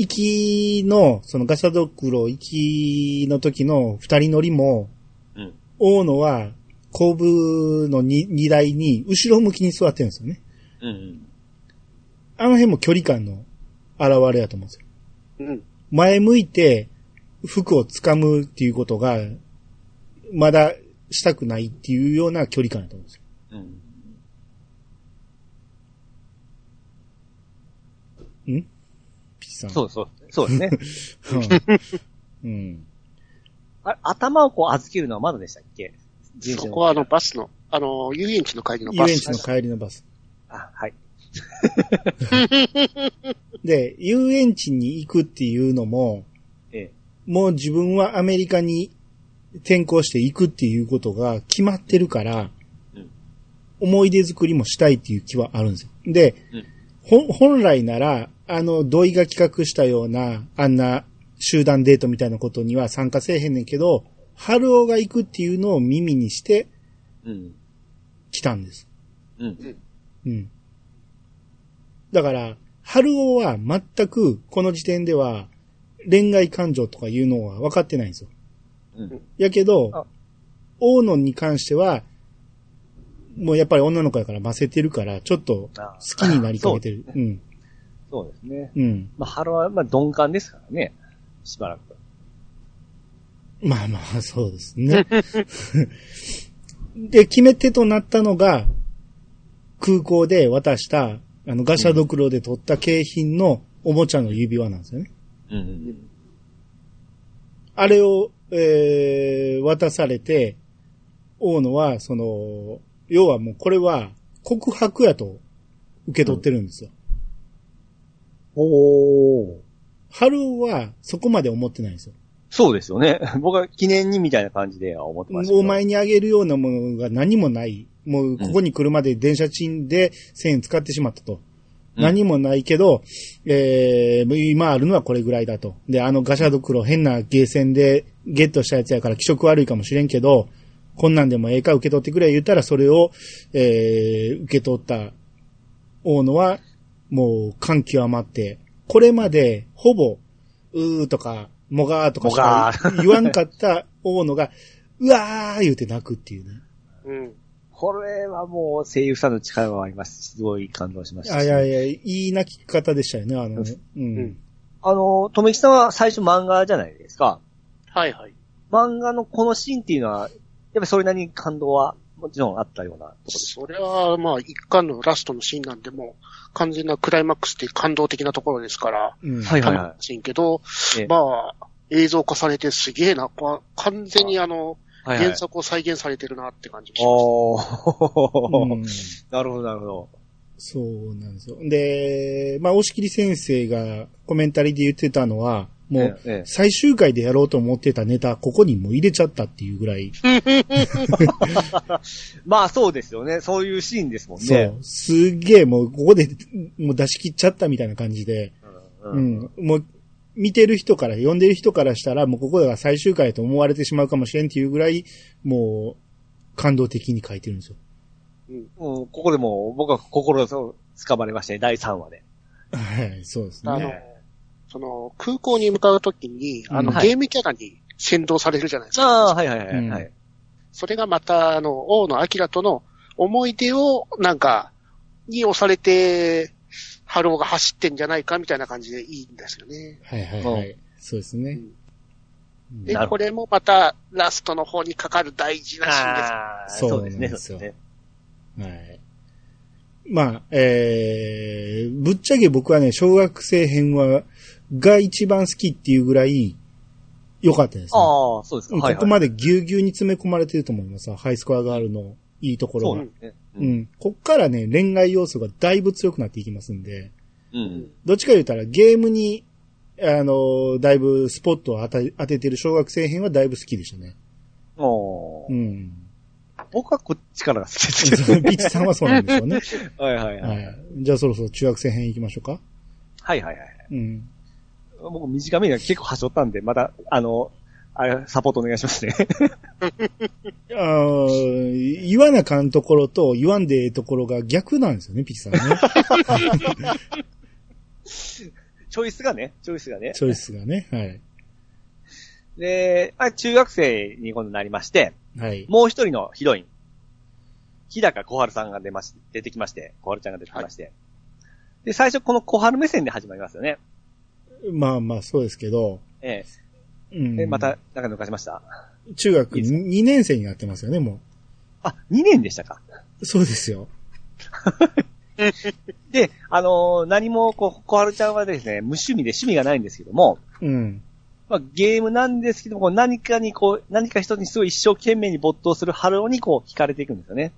行きの、そのガサドクロ行きの時の二人乗りも、うん。大野は後部のに荷台に後ろ向きに座ってるんですよね。うん。あの辺も距離感の現れだと思うんですよ。うん。前向いて服を掴むっていうことが、まだしたくないっていうような距離感だと思うんですよ。うん。ピッチさん。そうそう。そうですね。 うん。 うん。あ頭をこう預けるのはまだでしたっけ人生そのこはあのバスの、あの、遊園地の帰りの遊バ園ス地の帰りのバス。あ、はい。で、遊園地に行くっていうのも、ええ。もう自分はアメリカに転校して行くっていうことが決まってるから、うん思い出作りもしたいっていう気はあるんですよ。で、うんほ本来なら、あの、土井が企画したような、あんな集団デートみたいなことには参加せえへんねんけど、春尾が行くっていうのを耳にしてうん。来たんです。うん。うん。だから、春尾は全くこの時点では恋愛感情とかいうのは分かってないんですよ。うん。やけあど、大野に関しては、もうやっぱり女の子やから混ぜてるから、ちょっと好きになりかけてる。あうん。そうですね。うん。まあ、ハロは、まあ、鈍感ですからね。しばらく。まあまあ、そうですね。 で、決め手となったのが、空港で渡した、あの、ガシャドクロで取った景品のおもちゃの指輪なんですよね。うん。あれを、えー、渡されて、大野は、その、要はもうこれは告白やと受け取ってるんですよ。おー。春尾はそこまで思ってないんですよ。そうですよね。 僕は記念にみたいな感じでは思ってましたけど。お前にあげるようなものが何もない。もうここに来るまで電車賃で1000円使ってしまったと。うん何もないけど、えー、今あるのはこれぐらいだと。で、あのガシャドクロ変なゲーセンでゲットしたやつやから気色悪いかもしれんけど、こんなんでもええか受け取ってくれ言ったらそれを、えー、受け取った大野はもう感極まって、これまでほぼうーとか、もがーとかしもがか言わんかった大野が、うわー言うて泣くっていうね。 うん。これはもう声優さんの力はあります。すごい感動しました。あいやいや、いい泣き方でしたよね、あのね。うん。うんあの、とめきさんは最初漫画じゃないですか。はいはい。漫画のこのシーンっていうのは、やっぱりそれなりに感動はもちろんあったようなところです。それは、まあ、一巻のラストのシーンなんで、もう、完全なクライマックスっていう感動的なところですから、うん。はいはい楽はしいけど、ええまあ、映像化されてすげえな、こう完全にあの、い。はいはい原作を再現されてるなって感じがしましおー、うん なるほどなるほど。そうなんですよ。で、まあ、押切先生がコメンタリーで言ってたのは、もう、ええ最終回でやろうと思ってたネタ、ここにもう入れちゃったっていうぐらい、まあそうですよね。そういうシーンですもんそねう。、すげえもうここでもう出し切っちゃったみたいな感じで、うう。ん、もう見てる人から、読んでる人からしたら、もうここでは最終回と思われてしまうかもしれんっていうぐらい、もう、感動的に書いてるんですよ。うん、ここでもう僕は心を掴まれましたね、第3話で。はい、そうですた。あね。の、その、空港に向かうときに、あの、うんゲームキャラに先導されるじゃないですか。ああ、はいはいはい、うんはい。それがまた、あの、王の明との思い出を、なんか、に押されて、ハローが走ってんじゃないかみたいな感じでいいんですよね。はいはいはい。そうですね。うんでな、るほこれもまた、ラストの方にかかる大事なシーンです。あーそそうなうでんすでね、すそようですね。はい。まあ、えー、ぶっちゃけ僕はね、小学生編は、が一番好きっていうぐらい、良かったですね。ああ、そうですか。うんはいここはい。までぎゅうぎゅうに詰め込まれてると思います。ハイスコアガールのいいところそうがなん。ですね。う。ん。こっからね、恋愛要素がだいぶ強くなっていきますんで、うん。どっちか言うたらゲームに、あの、だいぶスポットを当た当ててる小学生編はだいぶ好きでしたね。もう。うん 僕はこっちからが好きでピすけどね。ッチさんはそうなんでしょうね。はいはいは。はいい。じゃあそろそろ中学生編行きましょうか。はいはいはい。うん。僕短めには結構端折ったんで、また、あの、あれ、サポートお願いしますね。あ ー言わなかんところと言わんでええところが逆なんですよね、ピッチ さんね。チョイスがね、チョイスがね。チョイスがね。はい。で、あ中学生に今度なりまして、はい。もう一人のヒロイン、日高小春さんが出まし、出てきまして、小春ちゃんが出てきまして。で、最初この小春目線で始まりますよね。まあまあ、そうですけど。えうんえ。で、また、、なんか抜かしました。中学いいですか2年生になってますよね、もあ、2年でしたか。う。そうですよ。で、あのー何も、こう、小春ちゃんはですね、無趣味で趣味がないんですけども、うん。まあ、ゲームなんですけども、こう何かにこう、何か一つにすごい一生懸命に没頭する春尾にこう、惹かれていくんですよね。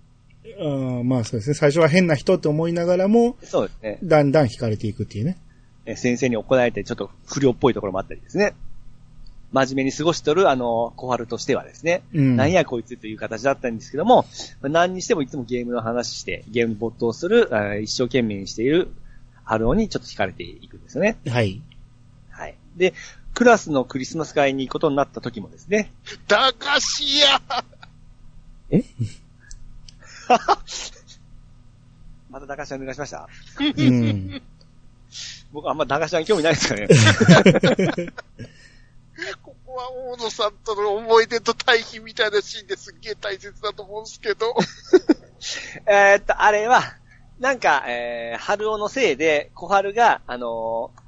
あーまあそうですね。最初は変な人って思いながらも、そうですね。だんだん惹かれていくっていうね。え先生に怒られてちょっと不良っぽいところもあったりですね。真面目に過ごしとる、あの、小春としてはですね、うん。なんやこいつという形だったんですけども、まあ何にしてもいつもゲームの話して、ゲームに没頭する、あー一生懸命にしている春尾にちょっと惹かれていくんですよね。はい。はい。で、クラスのクリスマス会に行くことになった時もですね、駄菓子屋また駄菓子屋抜かしましたうん。僕あんま駄菓子屋に興味ないですからね。ここは大野さんとの思い出と対比みたいなシーンですっげえ大切だと思うんですけど。えーっと、あれは、なんか、えー、春尾のせいで、小春が、あのー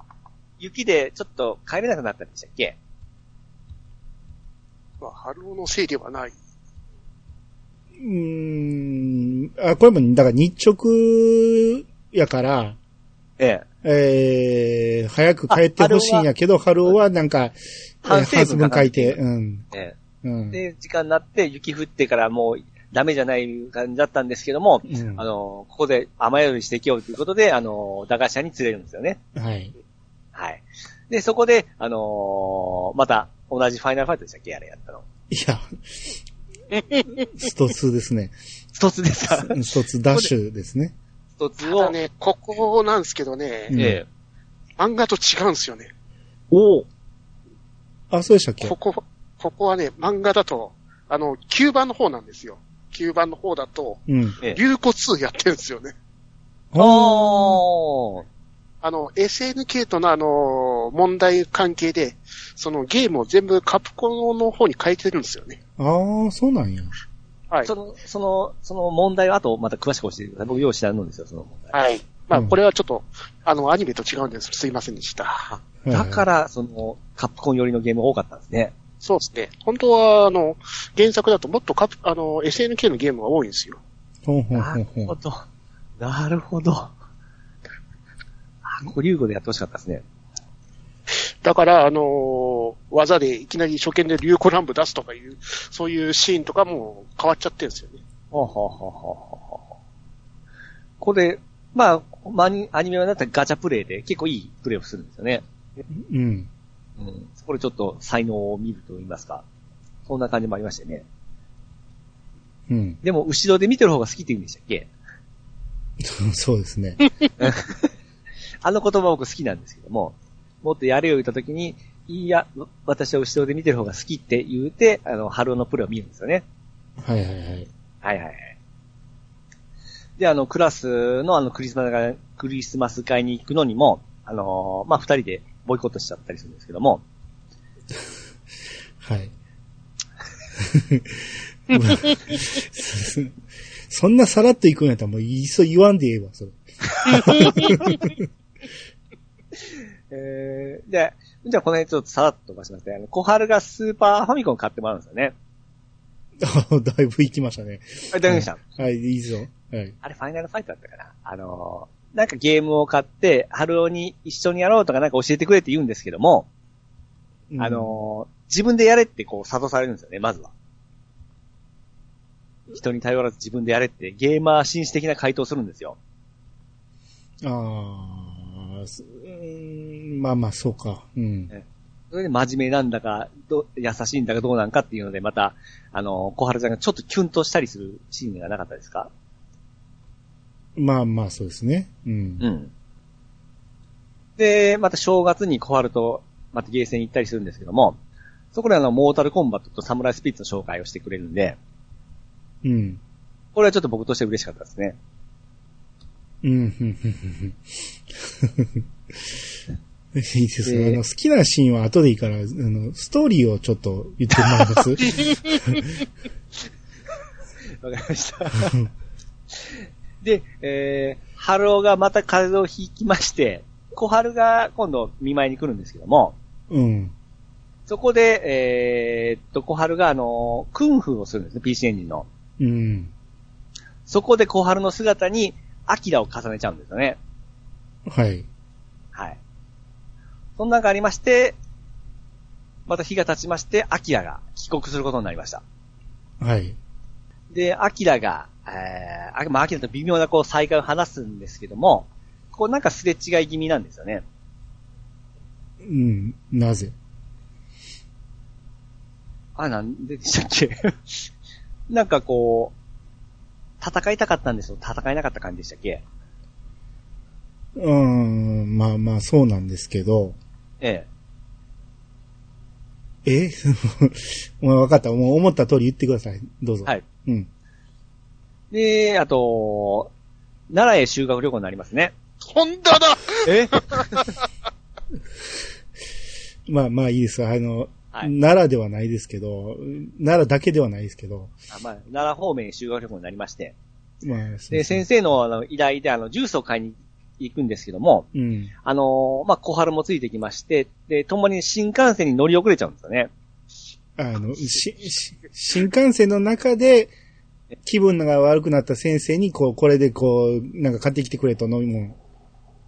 雪でちょっと帰れなくなったんでしたっけ まあ、春尾のせいではない。うーん。あ、これも、だから日直やから、ええ。えー、早く帰ってほしいんやけど、春尾はなんか、えー反省文反省文かな書いて、うん。えうん。え。で、時間になって、雪降ってからもう、ダメじゃない感じだったんですけども、うんあのーここで雨宿りしていきようということで、あのー駄菓子屋に連れるんですよね。はい。はい。で、そこで、あのーまた、同じファイナルファイトでしたっけあれやったの。い や、ストツーですね。一つですかストツーダッシュですね。一つただを、ね、ここなんですけどね、うんええ。漫画と違うんですよね。おおあ、そうでしたっけここ、ここはね、漫画だと、あの、9番の方なんですよ。9番の方だと、うん。ええ。流骨2やってるんですよね。おーあの、SNK とのあのと、問題関係で、そのゲームを全部カプコンの方に変えてるんですよね。ああ、そうなんや。はいそ。の、その、その問題は後、また詳しく教えてください。僕用意してあるんですよ、その問題。はい。まあ、うん。これはちょっと、あの、アニメと違うんです。すいませんでした。だからら、その、カプコン寄りのゲーム多かったんですね。そうですね。本当は、あの、原作だともっとカプ、あの、SNK のゲームが多いんですよ。ほんほんなほんるほほん。ど。なるほど。あ、ここ竜語でやってほしかったですね。だから、あのー技でいきなり初見で流行乱舞出すとかいう、そういうシーンとかも変わっちゃってるんですよね。ほうほうほうほうほうほうこれ、まあ、マニアニメはだったらガチャプレイで結構いいプレイをするんですよね。うん。うん。これちょっと才能を見ると言いますか。そんな感じもありましてね。うん。 でも、後ろで見てる方が好きって言うんでしたっけそうですね。あの言葉僕好きなんですけども、もっとやれよ言った時に、いや、私は後ろで見てる方が好きって言うて、あの、春尾のプレイを見るんですよね。はいはいはい。はいはいはい。で、あの、クラスのあの、クリスマス会、クリスマス会に行くのにも、あのーまあ、二人でボイコットしちゃったりするんですけども、はい。まあそそんなさらっと行くんやったらもういっそ言わんでええわ、それ。えー、で、じゃあこの辺ちょっとさらっと飛ばしますね。あの、小春がスーパーファミコン買ってもらうんですよね。あだいぶ行きましたね。あ、ダメでした。はい、いいぞ。はい。あれ、ファイナルファイトだったかな。あのーなんかゲームを買って、春尾に一緒にやろうとかなんか教えてくれって言うんですけども、あのー自分でやれってこう諭されるんですよね、まずは。人に頼らず自分でやれって、ゲーマー紳士的な回答をするんですよ。うん、ああ、すうーんまあまあ、そうか。うん。それで真面目なんだか、ど優しいんだかどうなんかっていうので、また、あのー小春ちゃんがちょっとキュンとしたりするシーンがなかったですかまあまあ、そうですね。うん。うん。で、また正月に小春と、またゲーセン行ったりするんですけども、そこであの、モータルコンバットとサムライスピリッツの紹介をしてくれるんで、うん。これはちょっと僕として嬉しかったですね。うん、ふんふんふんふん。いいですね。えーあの、好きなシーンは後でいいから、あの、ストーリーをちょっと言ってもらえますわかりました。 で、えー、春尾がまた風邪をひきまして、小春が今度見舞いに来るんですけども、うん。そこで、えーっと、小春があのー、クンフーをするんですね、PC エンジンの。うん。そこで小春の姿に、アキラを重ねちゃうんですよね。はい。はい。そんなんがありまして、また日が経ちまして、アキラが帰国することになりました。はい。で、アキラが、えー、あまあ、アキラと微妙なこう再会を話すんですけども、こうなんかすれ違い気味なんですよね。うん。なぜあ、なんででしたっけ なんかこう、戦いたかったんですよ。戦えなかった感じでしたっけうーん。まあまあ、そうなんですけど。えええ。もう分かった。もう思った通り言ってください。どうぞ。はい。うん。で、あと、奈良へ修学旅行になりますね。ホンダだえまあまあいいです。あの、はい。奈良ではないですけど、奈良だけではないですけど。あまあ、奈良方面へ修学旅行になりまして。まあ、そうですねで、先生のあの依頼で、あの、ジュースを買いに行くんですけども、うん。あのーまあ、小春もついてきまして、で、共に新幹線に乗り遅れちゃうんですよね。あの、し、し新幹線の中で、気分が悪くなった先生に、こう、これでこう、なんか買ってきてくれと飲み物。っ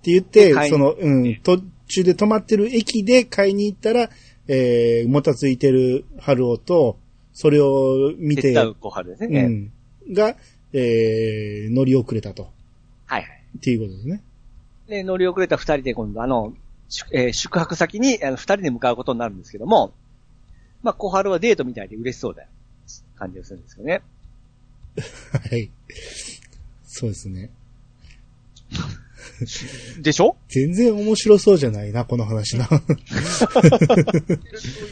て言って、で買いにその、うん、途中で止まってる駅で買いに行ったら、えー、もたついてる春夫と、それを見手て、伝う小春ですうね。ん、が、えー、乗り遅れたと。はいはい。っていうことですね。 で、乗り遅れた二人で今度、あの、宿えー宿泊先にあの二人で向かうことになるんですけども、まあ、小春はデートみたいで嬉しそうだ感じがするんですよね。はい。そうですね。でしょ全然面白そうじゃないな、この話な。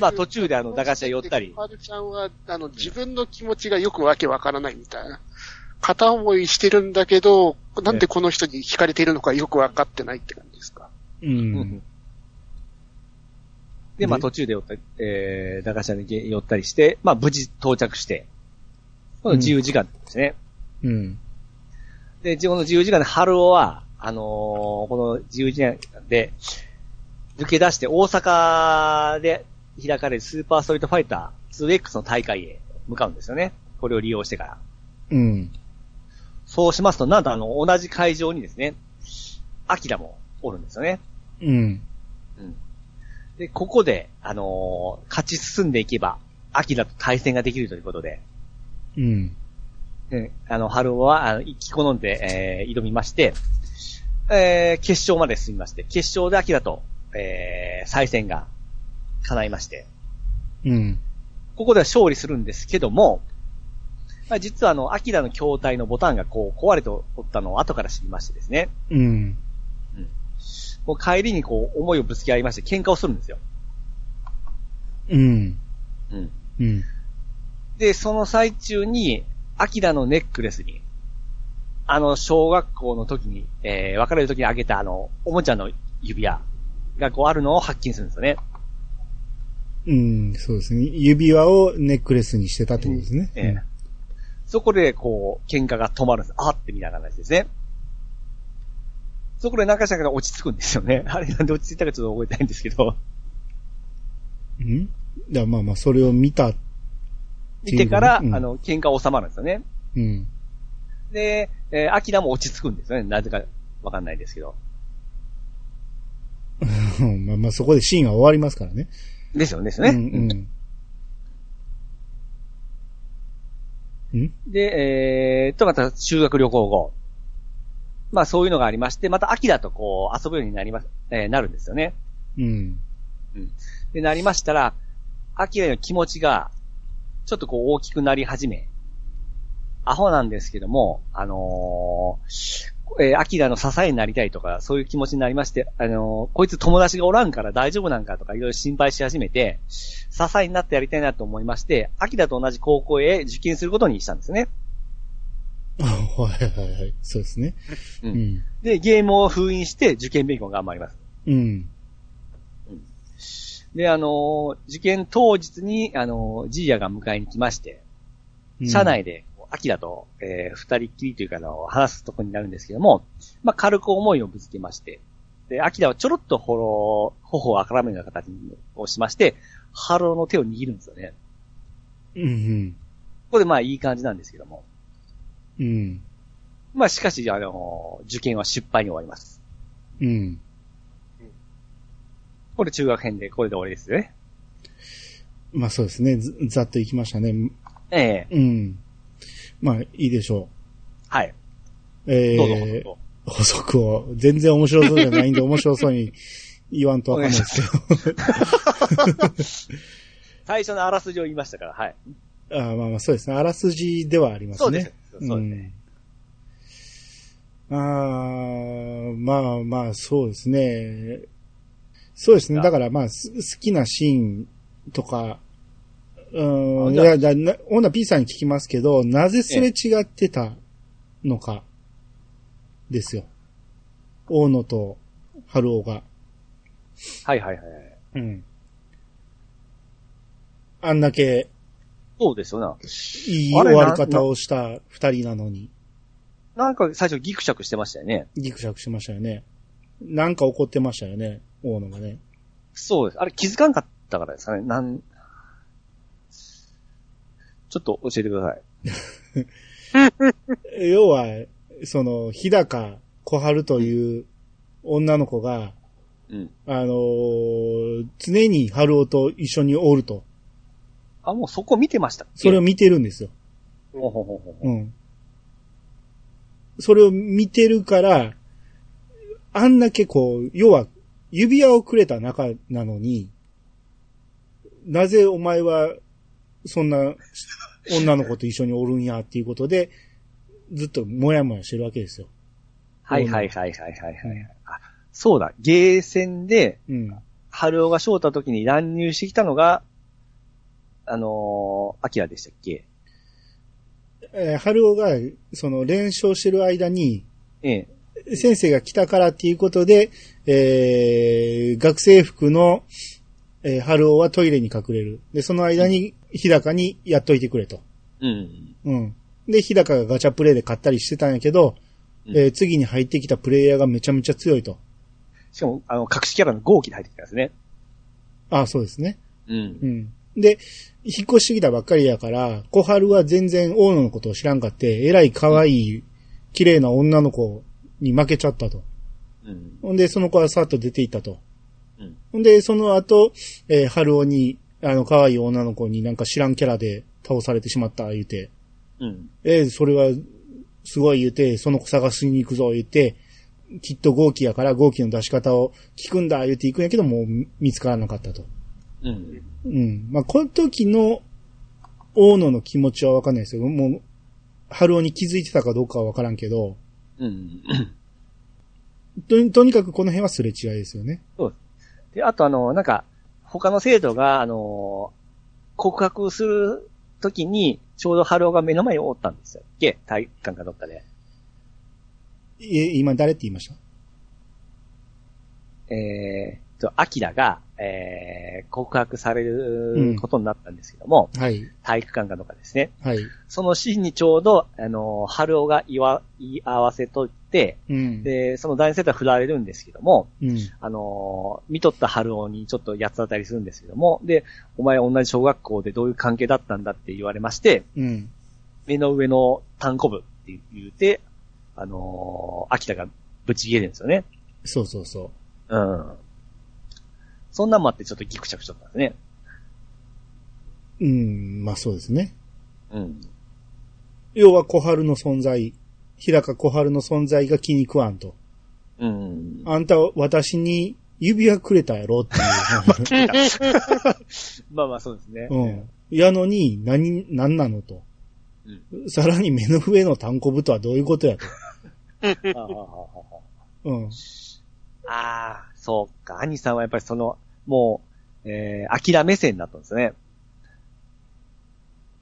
まあ途中であの駄菓子屋寄ったりパルちゃんは、あの、自分の気持ちがよくわけわからないみたいな。片思いしてるんだけど、なんでこの人に惹かれているのかよくわかってないって感じですか。うん。で、まあで途中で寄った、えー、駄菓子屋に寄ったりして、まあ無事到着して、この自由時間ですね。 うん。で、この自由時間で春尾は、あのーこの自由時間で、抜け出して大阪で開かれるスーパーストリートファイター 2X の大会へ向かうんですよね。これを利用してから。うん。そうしますと、なんとあの、同じ会場にですね、アキラもおるんですよね。うん。で、ここで、あのー勝ち進んでいけば、アキラと対戦ができるということで、うん。うん、あの、春尾は、あの、生き好んで、えー挑みまして、えー決勝まで進みまして、決勝でアキラと、えー再戦が叶いまして、うん。ここでは勝利するんですけども、まあ、実はあの、アキラの筐体のボタンがこう壊れておったのを後から知りましてですね、うん。もう帰りにこう思いをぶつけ合いまして喧嘩をするんですよ。うん。うん。うん。で、その最中に、アキラのネックレスに、あの、小学校の時に、えー、別れる時にあげたあの、おもちゃの指輪がこうあるのを発見するんですよね。うん。そうですね。指輪をネックレスにしてたってことですね。ええそこで、こう、喧嘩が止まるんです。あってみたいな感じですね。そこで中島が落ち着くんですよね。 あれなんで落ち着いたかちょっと覚えてないんですけど、うん。うんだからまあまあ、それを見た。見てから、うんあの、喧嘩収まるんですよね。うん。で、えー、アキラも落ち着くんですよね。なぜかわかんないですけど。まあまあ、そこでシーンが終わりますからね。ですよね、ですうよね。ん。うん。うんで、えーっと、また修学旅行後。まあそういうのがありまして、また秋だとこう遊ぶようになります、えーなるんですよね。うん。で、なりましたら、秋への気持ちが、ちょっとこう大きくなり始め、アホなんですけども、あのー、えー、アキラの支えになりたいとか、そういう気持ちになりまして、あのーこいつ友達がおらんから大丈夫なんかとかいろいろ心配し始めて、支えになってやりたいなと思いまして、アキラと同じ高校へ受験することにしたんですね。あはいはいはい。そうですね。ううんん。で、ゲームを封印して受験勉強を頑張ります。うん。で、あのー受験当日に、あのージーヤが迎えに来まして、うん車。内で、アキラと、えー二人っきりというか、あの、話すとこになるんですけども、まあ、軽く思いをぶつけまして、で、アキラはちょろっとほろ、頬をあからめるような形をしまして、ハローの手を握るんですよね。うん。ここでまあ、いい感じなんですけども。うん。うんまあ、しかし、あのー受験は失敗に終わります。うん。これ中学編で、これで終わりですよね。まあそうですね。ざざっといきましたね。ええうん。まあいいでしょはい。う。えどうぞ、どうー、ぞ。補足を。全然面白そうじゃないんで面白そうに言わんとわかんないですけど。最初のあらすじを言いましたから、はい。 あーまあまあそうですね。あらすじではありますね。そうです。そうですね。うん、ああ、まあまあ、そうですね。そうですね。だからまあ、す好きなシーンとか、うあん、いじゃあや、だな、オーナ P さんに聞きますけど、なぜすれ違ってたのか、ですよ。大野と春尾が。はいはいはい。うん。あんだけそうですよな。いいあれ終わりなな方をした二人なのに。なんか最初ギクシャクしてましたよね。ギクシャクしましたよね。なんか怒ってましたよね、大野がね。そうです。あれ気づかんかったからですかね。なん、ちょっと教えてください。要は、その、日高小春という女の子が、うん。あのー常に春夫と一緒におると。あ、もうそこ見てましたっけそれを見てるんですよ。ほうほうほうほううん。それを見てるから、あんだけこう、要は、指輪をくれた仲なのに、なぜお前は、そんな、女の子と一緒におるんや、っていうことで、ずっともやもやしてるわけですよ。はいはいはいはいはいはい。あ、そうだ。ゲーセンで、うん。春尾が翔太時に乱入してきたのが、あのー、アキラでしたっけえー春尾が、その、連勝してる間に、ええ。先生が来たからっていうことで、えー学生服の、えー春尾はトイレに隠れる。で、その間に日高にやっといてくれと。うん。うん。で、日高がガチャプレイで買ったりしてたんやけど、うんえー次に入ってきたプレイヤーがめちゃめちゃ強いと。しかも、あの、隠しキャラの豪気で入ってきたんですね。ああ、そうですね。う。うんん。で、引っ越してきたばっかりやから、小春は全然大野のことを知らんかって、えらい可愛い、綺麗な女の子に負けちゃったと。うん。ほんで、その子はさっと出ていったと。うん。ほんで、その後、えー春尾に、あの、可愛い女の子になんか知らんキャラで倒されてしまった、言うて。うん。えーそれは、すごい言うて、その子探しに行くぞ、言うて、きっと号機やから号機の出し方を聞くんだ、言うて行くんやけど、もう見つからなかったと。うん。うん。まあ、この時の、大野の気持ちはわかんないですよ。もう、春尾に気づいてたかどうかはわからんけど、うん。とに、とにかくこの辺はすれ違いですよね。で、あとあの、なんか、他の生徒が、あの、告白するときに、ちょうど春尾が目の前におったんですよ。で、体育館かどっかで。え、今誰って言いましたえー、と、アキラが、えー、告白されうんることになったんですけども、はい。体育館かどっかですね。はい。そのシーンにちょうど、あの、春尾が言わ、言い合わせとって、うん。で、その男性とは振られるんですけども、うん。あのー見とった春尾にちょっと八つ当たりするんですけども、で、お前同じ小学校でどういう関係だったんだって言われまして、うん。目の上の単コ部って言うて、あのー秋田がぶち切れるんですよね。そうそうそう。うん。そんなんもあってちょっとギクシャクしとったんですね。うん、まあそうですね。うん。要は小春の存在、日高小春の存在が気に食わんと。うん。あんたは私に指輪くれたやろっていう。まあまあ そうですね。うん。やのに、何、何なのと。さらに目の上の単行部とはどういうことやと。あああうん。あああ、そうか。兄さんはやっぱりその、もう、えー、諦め線だったんですね。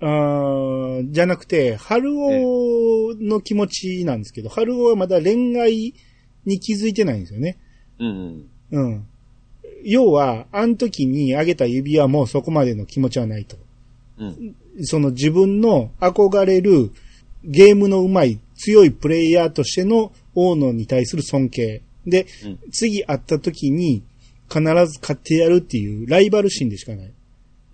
あーじゃなくて、春尾の気持ちなんですけど、春尾はまだ恋愛に気づいてないんですよね。うん。うん。要は、あの時にあげた指輪もそこまでの気持ちはないと。うん。その自分の憧れるゲームの上手い強いプレイヤーとしての大野に対する尊敬。で、うん次会った時に必ず買ってやるっていうライバル心でしかない。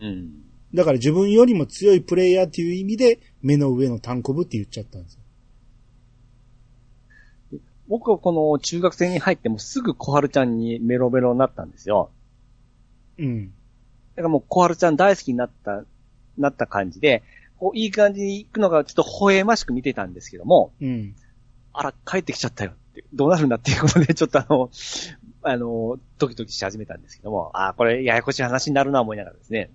うん。だから自分よりも強いプレイヤーっていう意味で目の上の単コブって言っちゃったんですよ。僕はこの中学生に入ってもすぐ小春ちゃんにメロメロになったんですよ。うん。だからもう小春ちゃん大好きになった、なった感じで、こういい感じに行くのがちょっと微笑ましく見てたんですけども、うん。あら、帰ってきちゃったよって、どうなるんだっていうことで、ちょっとあの、あの、ドキドキし始めたんですけども、ああ、これややこしい話になるな思いながらですね。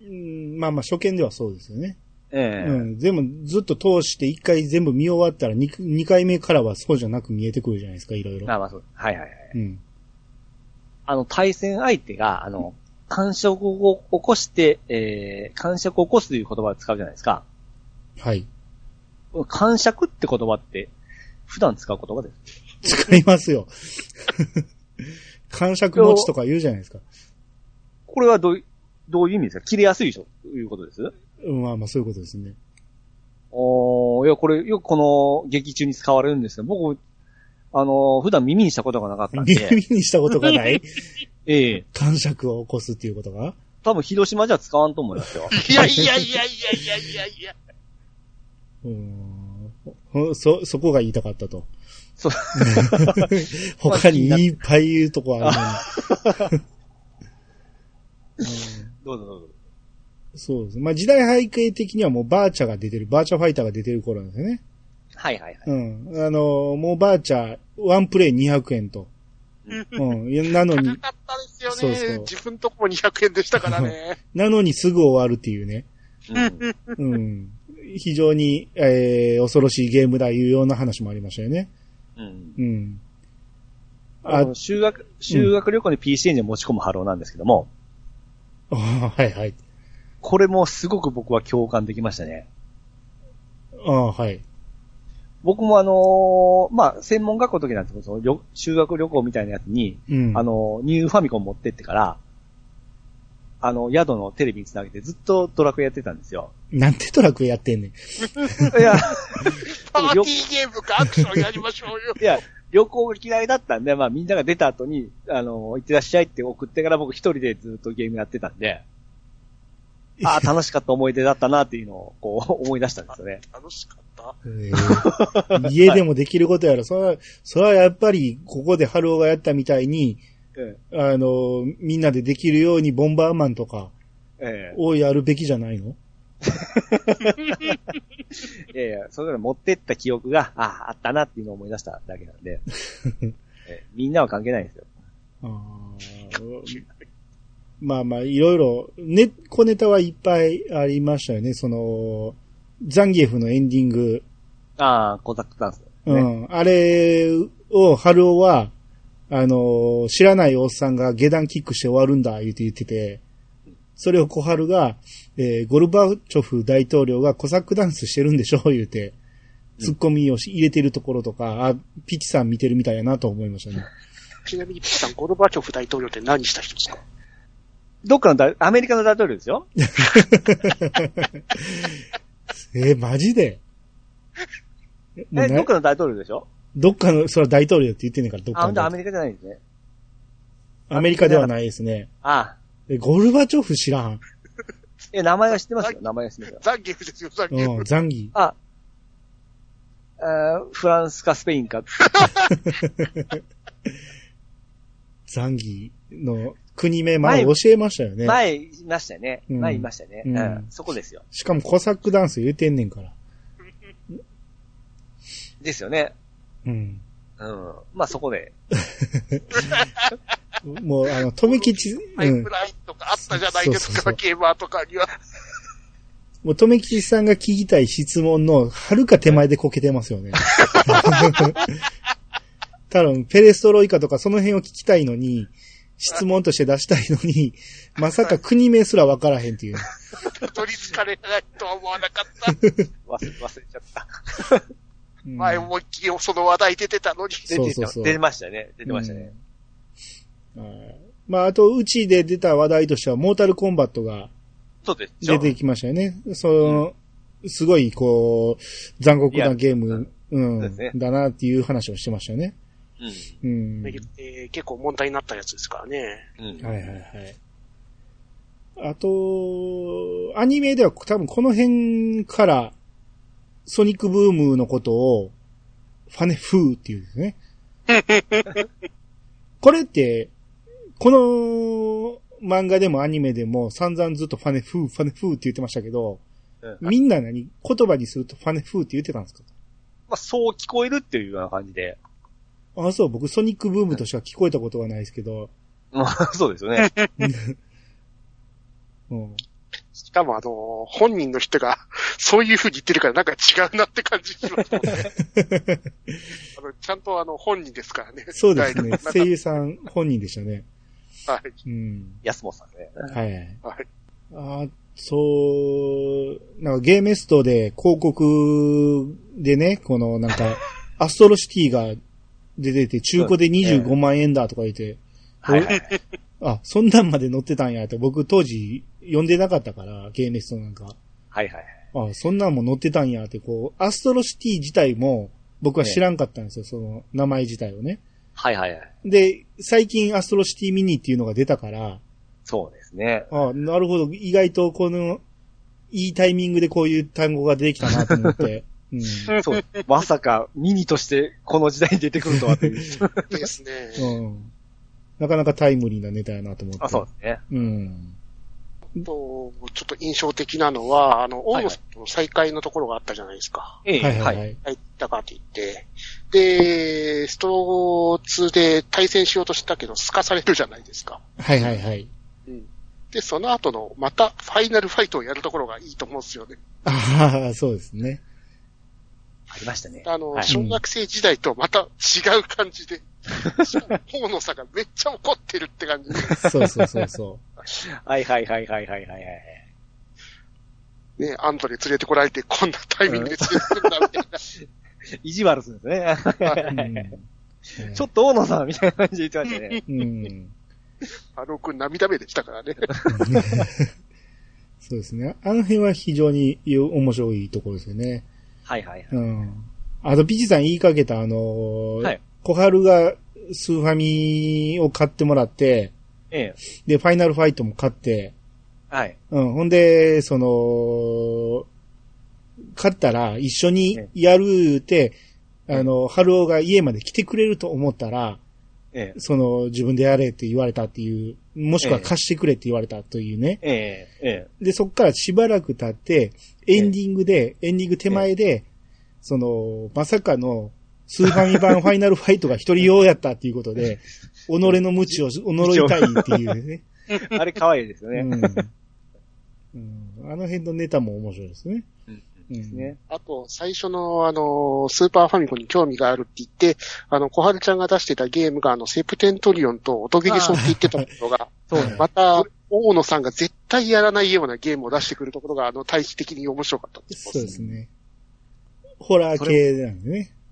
うんまあまあ初見ではそうですよね。ええうん。でもずっと通して一回全部見終わったら 2, 二回目からはそうじゃなく見えてくるじゃないですか、いろいろま。あまあそう。はいはいはい。うん。あの、対戦相手が、あの、感触を起こして、えー、感触を起こすという言葉を使うじゃないですか。はい。 感触って言葉って、普段使う言葉です。使いますよ。 感触持ちとか言うじゃないですか。これはどうい、どういう意味ですか切れやすいでしょということですうんまあまあそういうことですね。おーいや、これ、よくこの劇中に使われるんですけど、僕、あのー普段耳にしたことがなかったん耳で、にしたことがない ええ感触を起こすっていうことが多分広島じゃ使わんと思いますよ。いやいやいやいやいやいやいや。うーんほそ、そこが言いたかったと。そう 他にいっぱい言うとこあるのに。 うん どうぞどうぞ。そうです。まあ時代背景的にはもうバーチャが出てる、バーチャファイターが出てる頃なんですよね。はいはいはい。うん。あのーもうバーチャ、ワンプレイ200円と。うん。なのに 高、かったですよね。そうそう自分とこも200円でしたからね。なのにすぐ終わるっていうね。うんうん。非常に、えー、恐ろしいゲームだいうような話もありましたよね。うんうん。ああの、修学、修学旅行に PC エンジンを持ち込むハローなんですけども、あ はいはい。これもすごく僕は共感できましたね。あはい。僕もあのーまあ、専門学校の時なんですけど、その旅修学旅行みたいなやつに、うん。あ、の、ニューファミコン持ってってから、あの、宿のテレビにつなげてずっとドラクエやってたんですよ。なんてドラクエやってんねん。いや、パーティーゲームかアクションやりましょうよ。いや、旅行が嫌いだったんで、まあみんなが出た後に、あの、行ってらっしゃいって送ってから僕一人でずっとゲームやってたんで、ああ、楽しかった思い出だったなっていうのを、こう、思い出したんですよね。楽しかった。えー家でもできることやろ。それは、それはやっぱり、ここで春尾がやったみたいに、えあの、みんなでできるようにボンバーマンとかええをやるべきじゃないのえ、いやいや、それぞれ持ってった記憶が、ああ、あったなっていうのを思い出しただけ なんで、ええみんなは関係ないんですよ。あーまあまあ、いろいろ、ね、小ネタはいっぱいありましたよね。その、ザンギエフのエンディング。ああ、コンタクトダンス、ね。うん。あれを、春尾は、あの、知らないおっさんが下段キックして終わるんだ、言って言ってて、それを小春が、えーゴルバチョフ大統領がコサックダンスしてるんでしょ、言うて、ツッコミをし入れてるところとか、あ、ピチさん見てるみたいやなと思いましたね。ちなみに、ピッチさん、ゴルバチョフ大統領って何した人ですかどっかのだ、アメリカの大統領ですよ。えーマジでもえ、うどっなかの大統領でしょどっかの、それは大統領って言ってんねんから、どっあ、かほんとアの。メリカじゃないんですね。アメリカではないですね。ああ、えゴルバチョフ知らん。え、名前は知ってますよ。名前は知ってますよ。ザンギエフですよ、ザンギエうん、フ。ザンギ。あ、えーフランスかスペインか。ザンギの国名前教えましたよね。前いましたよね。うん前いましたね、ううんんそこですよ。しかもコサックダンス言うてんねんから。ですよね。うん。うん。まあそこで。もう、あの、富 吉、タうイんム。ラインとかあったじゃないでそうそすうそか、うゲーマーとかには。もう富吉さんが聞きたい質問の、はるか手前でこけてますよ ね。多分、ペレストロイカとかその辺を聞きたいのに、質問として出したいのに、まさか国名すらわからへんっていう。取り憑かれないとは思わなかった。忘れ、忘れちゃった。うん前思いっきりその話題出てたのに。出そうてそうそう出てましたね。出てましたね。うんはいまあ、あと、うちで出た話題としては、モータルコンバットが、そうでし出ょてきましたよね。その、すごい、こう、残酷なゲーム、うん、そうですねだなっていう話をしてましたよね。うん。はいえー結構問題になったやつですからね。うん。うん。はいはい。あと、アニメでは多分この辺から、ソニックブームのことを、ファネフーっていうんです ね。これって、この漫画でもアニメでも散々ずっとファネフー、ファネフーって言ってましたけど、うんまみんな何言葉にするとファネフーって言ってたんですかあそう聞こえるっていうような感じで。 あ、そう、僕ソニックブームとしか聞こえたことはないですけど、まあそうですよね。うん、しかもあのー、本人の人が、 そういう風に言ってるからなんか違うなって感じしますもんね。 あのちゃんとあの、本人ですからね。そうですね。はい声優さん本人でしたね。はうい。ん。安本さんね。はいはい。はあ、い。そう、なんかゲーメストで広告でね、このなん か、アストロシティが出てて、中古で25万円だとか言って、はいはいはい。あ、そんなんまで載ってたんやって、僕当時読んでなかったから、ゲーメストなんか。はいはいはい。あそんなんも載ってたんやって、こう、アストロシティ自体も僕は知らんかったんですよ、その名前自体をね。はいはいはい。で、最近アストロシティミニっていうのが出たから、そうですね。あなるほど、意外とこの、いいタイミングでこういう単語が出てきたなと思 って。うん、そう。まさかミニとしてこの時代に出てくるとは っていう。ですね。うん。なかなかタイムリーなネタやなと思って。あ、そうですね。うん。と、ちょっと印象的なのは、あの、は大いは野いさんの再会のところがあったじゃないですか。ええ、はいは。はいはいい。入ったかって言って、で、スト2で対戦しようとしたけど、透かされるじゃないですか。はいはいはい。うん。で、その後の、また、ファイナルファイトをやるところがいいと思うんですよね。ああ、そうですね。ありましたね。あの、はい小学生時代とまた違う感 じで、しかも大野さんがめっちゃ怒ってるって感じで、そうそうそうそはいはいはいはいはいはいはい。ね、アンドレ連れてこられて、こんなタイミングで連れてくるんだみ たいな。意地悪するん ですね。う。うん、ちょっと大野さんみたいな感じで言ってましたね。うん。ハロー君涙目でしたからね。そうですね。あの辺は非常に面白いところですよね。はいはいはい。うん。あと、ピチさん言いかけた、あのーはい小春がスーファミを買ってもらって、ええ。で、ファイナルファイトも買って、はい。うん。ほんで、その、勝ったら一緒にやる言うて、ええあの、春尾が家まで来てくれると思ったら、ええ。その、自分でやれって言われたっていう、もしくは貸してくれって言われたというね。ええ。えで、そっからしばらく経って、エンディングで、エンディング手前で、その、まさかの、スーファミ版ファイナルファイトが一人用やったっていうことで、己の無知を呪いたいっていうね。え。あれ可愛いですよね。うんうんあの辺のネタも面白いですね。うんうんですね。あと、最初の、あの、スーパーファミコンに興味があるって言って、あの、小春ちゃんが出してたゲームが、あの、セプテントリオンと音ゲゲソンって言ってたのが、そうはいまた、大野さんが絶対やらないようなゲームを出してくるところが、あの、対比的に面白かったんです。そうですね。ホラー系なんでね。うん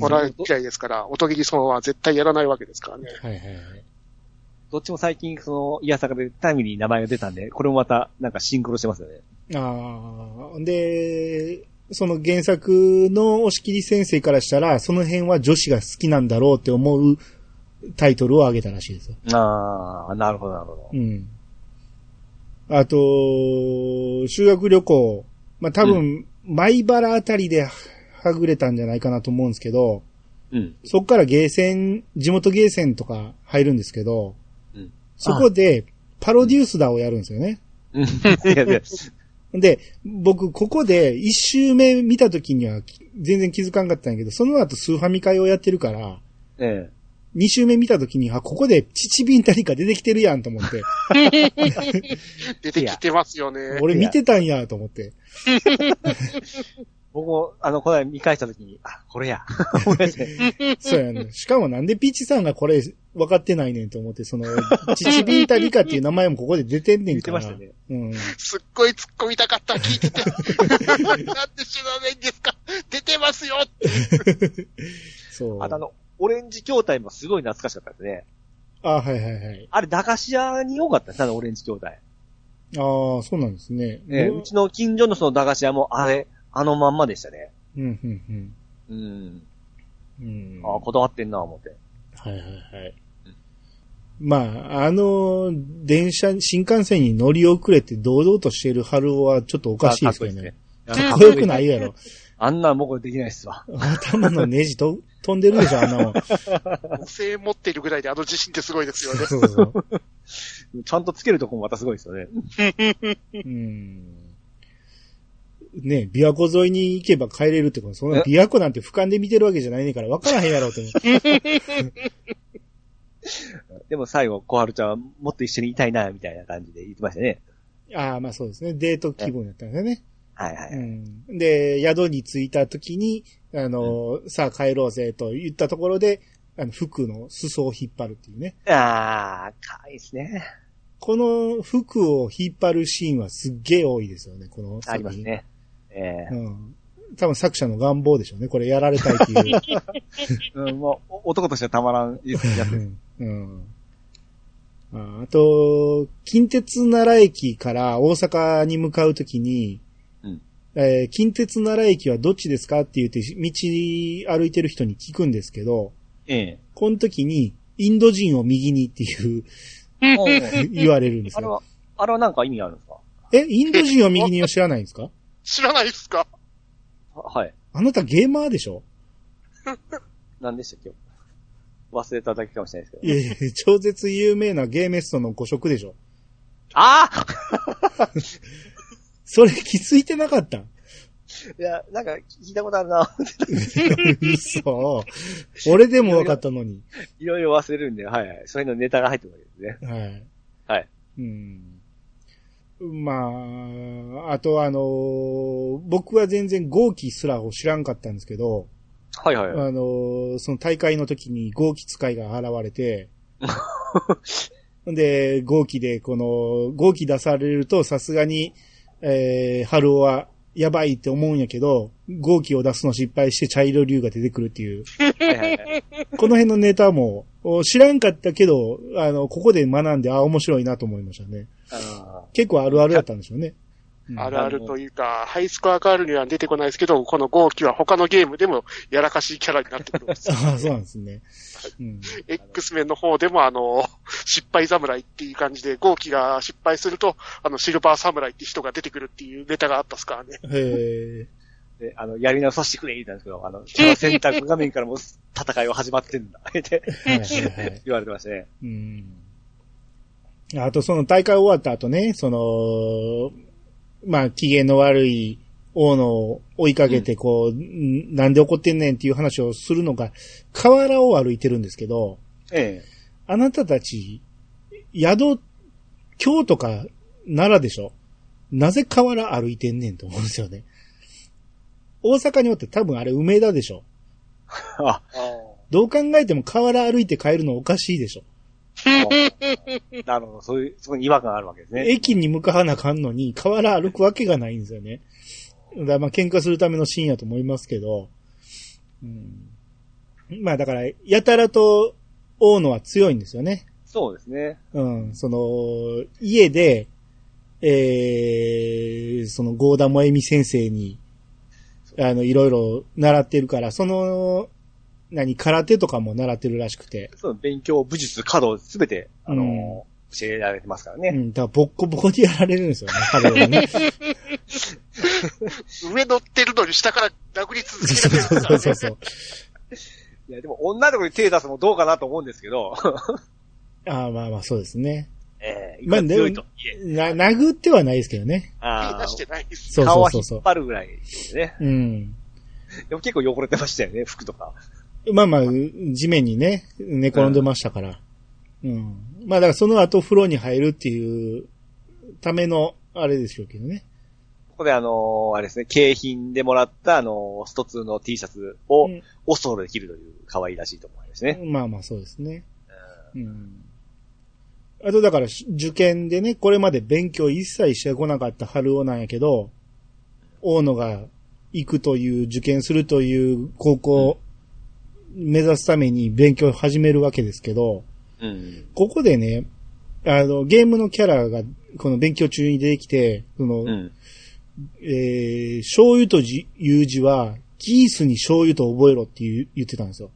ホはラー嫌いですから、音ゲゲソンは絶対やらないわけですからね。いはいはい。どっちも最近、その、イヤサカでタイムリーに名前が出たんで、これもまた、なんかシンクロしてますよね。ああ、で、その原作の押切先生からしたら、その辺は女子が好きなんだろうって思うタイトルを挙げたらしいですよ。ああ、なるほど、なるほど。うん。あと、修学旅行。まあ、多分、米原あたりではぐれたんじゃないかなと思うんですけど、うん。そっからゲーセン、地元ゲーセンとか入るんですけど、うんそこでパロデュースだをやるんですよね。うん いやいやで、僕、ここで、一周目見た時には、全然気づかんかったんやけど、その後、スーファミ会をやってるから、え二周目見た時に、あ、ここで、チチビンタリカ出てきてるやんと思 って、出てきてますよね。俺見てたんやと思って。え。僕も、あの、この間見返したときに、あ、これ や。そうや ね。しかもなんでピッチさんがこれ、分かってないねんと思って、その、チチビンタリカっていう名前もここで出てんねん 言っかてら。ましたね。うん。すっごい突っ込みたかった、聞いてて。 なんで知らないんですか出てますよそう。あとあの、オレンジ筐体もすごい懐かしかったですね。あ、はいはいはい。あれ、駄菓子屋に多かったですね、あのオレンジ筐体。ああ、そうなんですね。ええ、うんうちの近所のその駄菓子屋も、あれ、あのまんまでしたね。うん、うん、うん。うん。うん。ああ、こだわってんな、思って。はいはいはい。まあ、あの、電車、新幹線に乗り遅れて堂々としている春尾はちょっとおおかしいですけどね。。かかっっここいいよですくねないやろ。あんなん僕できないっすわ。頭のネジと飛んでるでしょ、あんなもん。声援持っているぐらいであの自信ってすごいですよね。そうそう。ちゃんとつけるとこもまたすごいですよね。うん。ね琵琶湖沿いに行けば帰れるってこと、そんな琵琶湖なんて俯瞰で見てるわけじゃないねんから分からへんやろうと思う。でも最後、小春ちゃんはもっと一緒にいたいな、みたいな感じで言ってましたね。ああ、まあそうですね。デート気分だったんだね。はいはうい。ん。で、宿に着いた時に、あの、さあ帰ろうぜと言ったところで、あの、服の裾を引っ張るっていうね。ああ、かわいいですね。この服を引っ張るシーンはすっげえ多いですよね、この作品。あります。ね。ええうん。多分作者の願望でしょうね。これやられたいって いう。うん、もう、お男としてはたまらん やつやつうんうん。ああと、近鉄奈良駅から大阪に向かうときに、うんえー近鉄奈良駅はどっちですかって言って、道歩いてる人に聞くんですけど、えこの時に、インド人を右にっていう、え。おうおう言われるんですあれよ。は、あれはなんか意味あるんですかえ、インド人を右にを知らないんですか知らないですかははい。あなたゲーマーでしょ何でしたっけ忘れただけかもしれないですけいど。やいや、超絶有名なゲーメストの誤色でしょああそれ気づいてなかったんいや、なんか聞いたことあるな。嘘。俺でも分かったのに。 いろいろ忘れるんで、はいはい。そういうのネタが入ってるわけですね。はい。はい。うん。まあ、あとあのー僕は全然号機すらを知らんかったんですけど、はいはいはい。あのーその大会の時に号機使いが現れ て、で、号機で、この、号機出されると、さすがに、えー、春尾は、やばいって思うんやけど、号機を出すの失敗して茶色竜が出てくるっていう、はいはいはい。この辺のネタも、お知らんかったけど、あの、ここで学んで、あ、面白いなと思いましたね。あ結構あるあるだったんでしょうね。うんあるあるというか、ハイスコアガールには出てこないですけど、この号機は他のゲームでもやらかしいキャラになってくるん ですよ。ああ、そうなんですね。うん。 X メンの方でもあの、失敗侍っていう感じで、号機が失敗すると、あの、シルバー侍って人が出てくるっていうネタがあったっすからね。へえ。ーであの、やり直させてくれ、言ったんですけど、あの、その選択画面からもう戦いは始まってん だ、ってはいはいはい。言われてましたね。うん。あと、その大会終わった後ね、その、まあ、機嫌の悪い王のを追いかけて、こう、んなんで怒ってんねんっていう話をするのが、河原を歩いてるんですけど、ええ。あなたたち、宿、京とか奈良でしょなぜ河原歩いてんねんと思うんですよね。大阪におって多分あれ梅田でしょあ、どう考えても河原歩いて帰るのおかしいでしょなるほど。そういう、そこに違和感あるわけですね。駅に向かわなあかんのに、河原歩くわけがないんですよね。だからまあ喧嘩するためのシーンやと思いますけど、うん、まあだから、やたらと大野は強いんですよね。そうですね。うん、その、家で、えー、その、ゴーダモエミ先生に、あの、いろいろ習ってるから、その、何、空手とかも習ってるらしくて、その勉強、武術、稼働、すべて、あうんの、教えられてますからうね。ん、だからボッコボコにやられるんですよね、彼は ね。上乗ってるのに下から殴り続けそうる。そうそうそうそう。いや、でも女の子に手出すのもどうかなと思うんですけど、ああ、まあまあ、そうですね。 ええ、まあでも強いとはいえ。な、殴ってはないですけどね。あ手あ出してないです。そう顔そうはそ引うそっう。張るぐらいですね。うん。でも結構汚れてましたよね、服とか。まあまあ、地面にね、寝転んでましたから。うん。まあだからその後風呂に入るっていうための、あれでしょうけどね。ここであのーあれですね、景品でもらったあのースト2の T シャツをうんオスロで着るという可愛らしいところですね。まあまあそうですね。うん。あとだからし受験でね、これまで勉強一切してこなかった春男なんやけど、大野が行くという、受験するという高校を目指すために勉強を始めるわけですけど、うん。ここでね、あの、ゲームのキャラが、この勉強中に出てきて、その、うん。えー、醤油とじいう字は、ギースに醤油と覚えろって言う言ってたんですよ。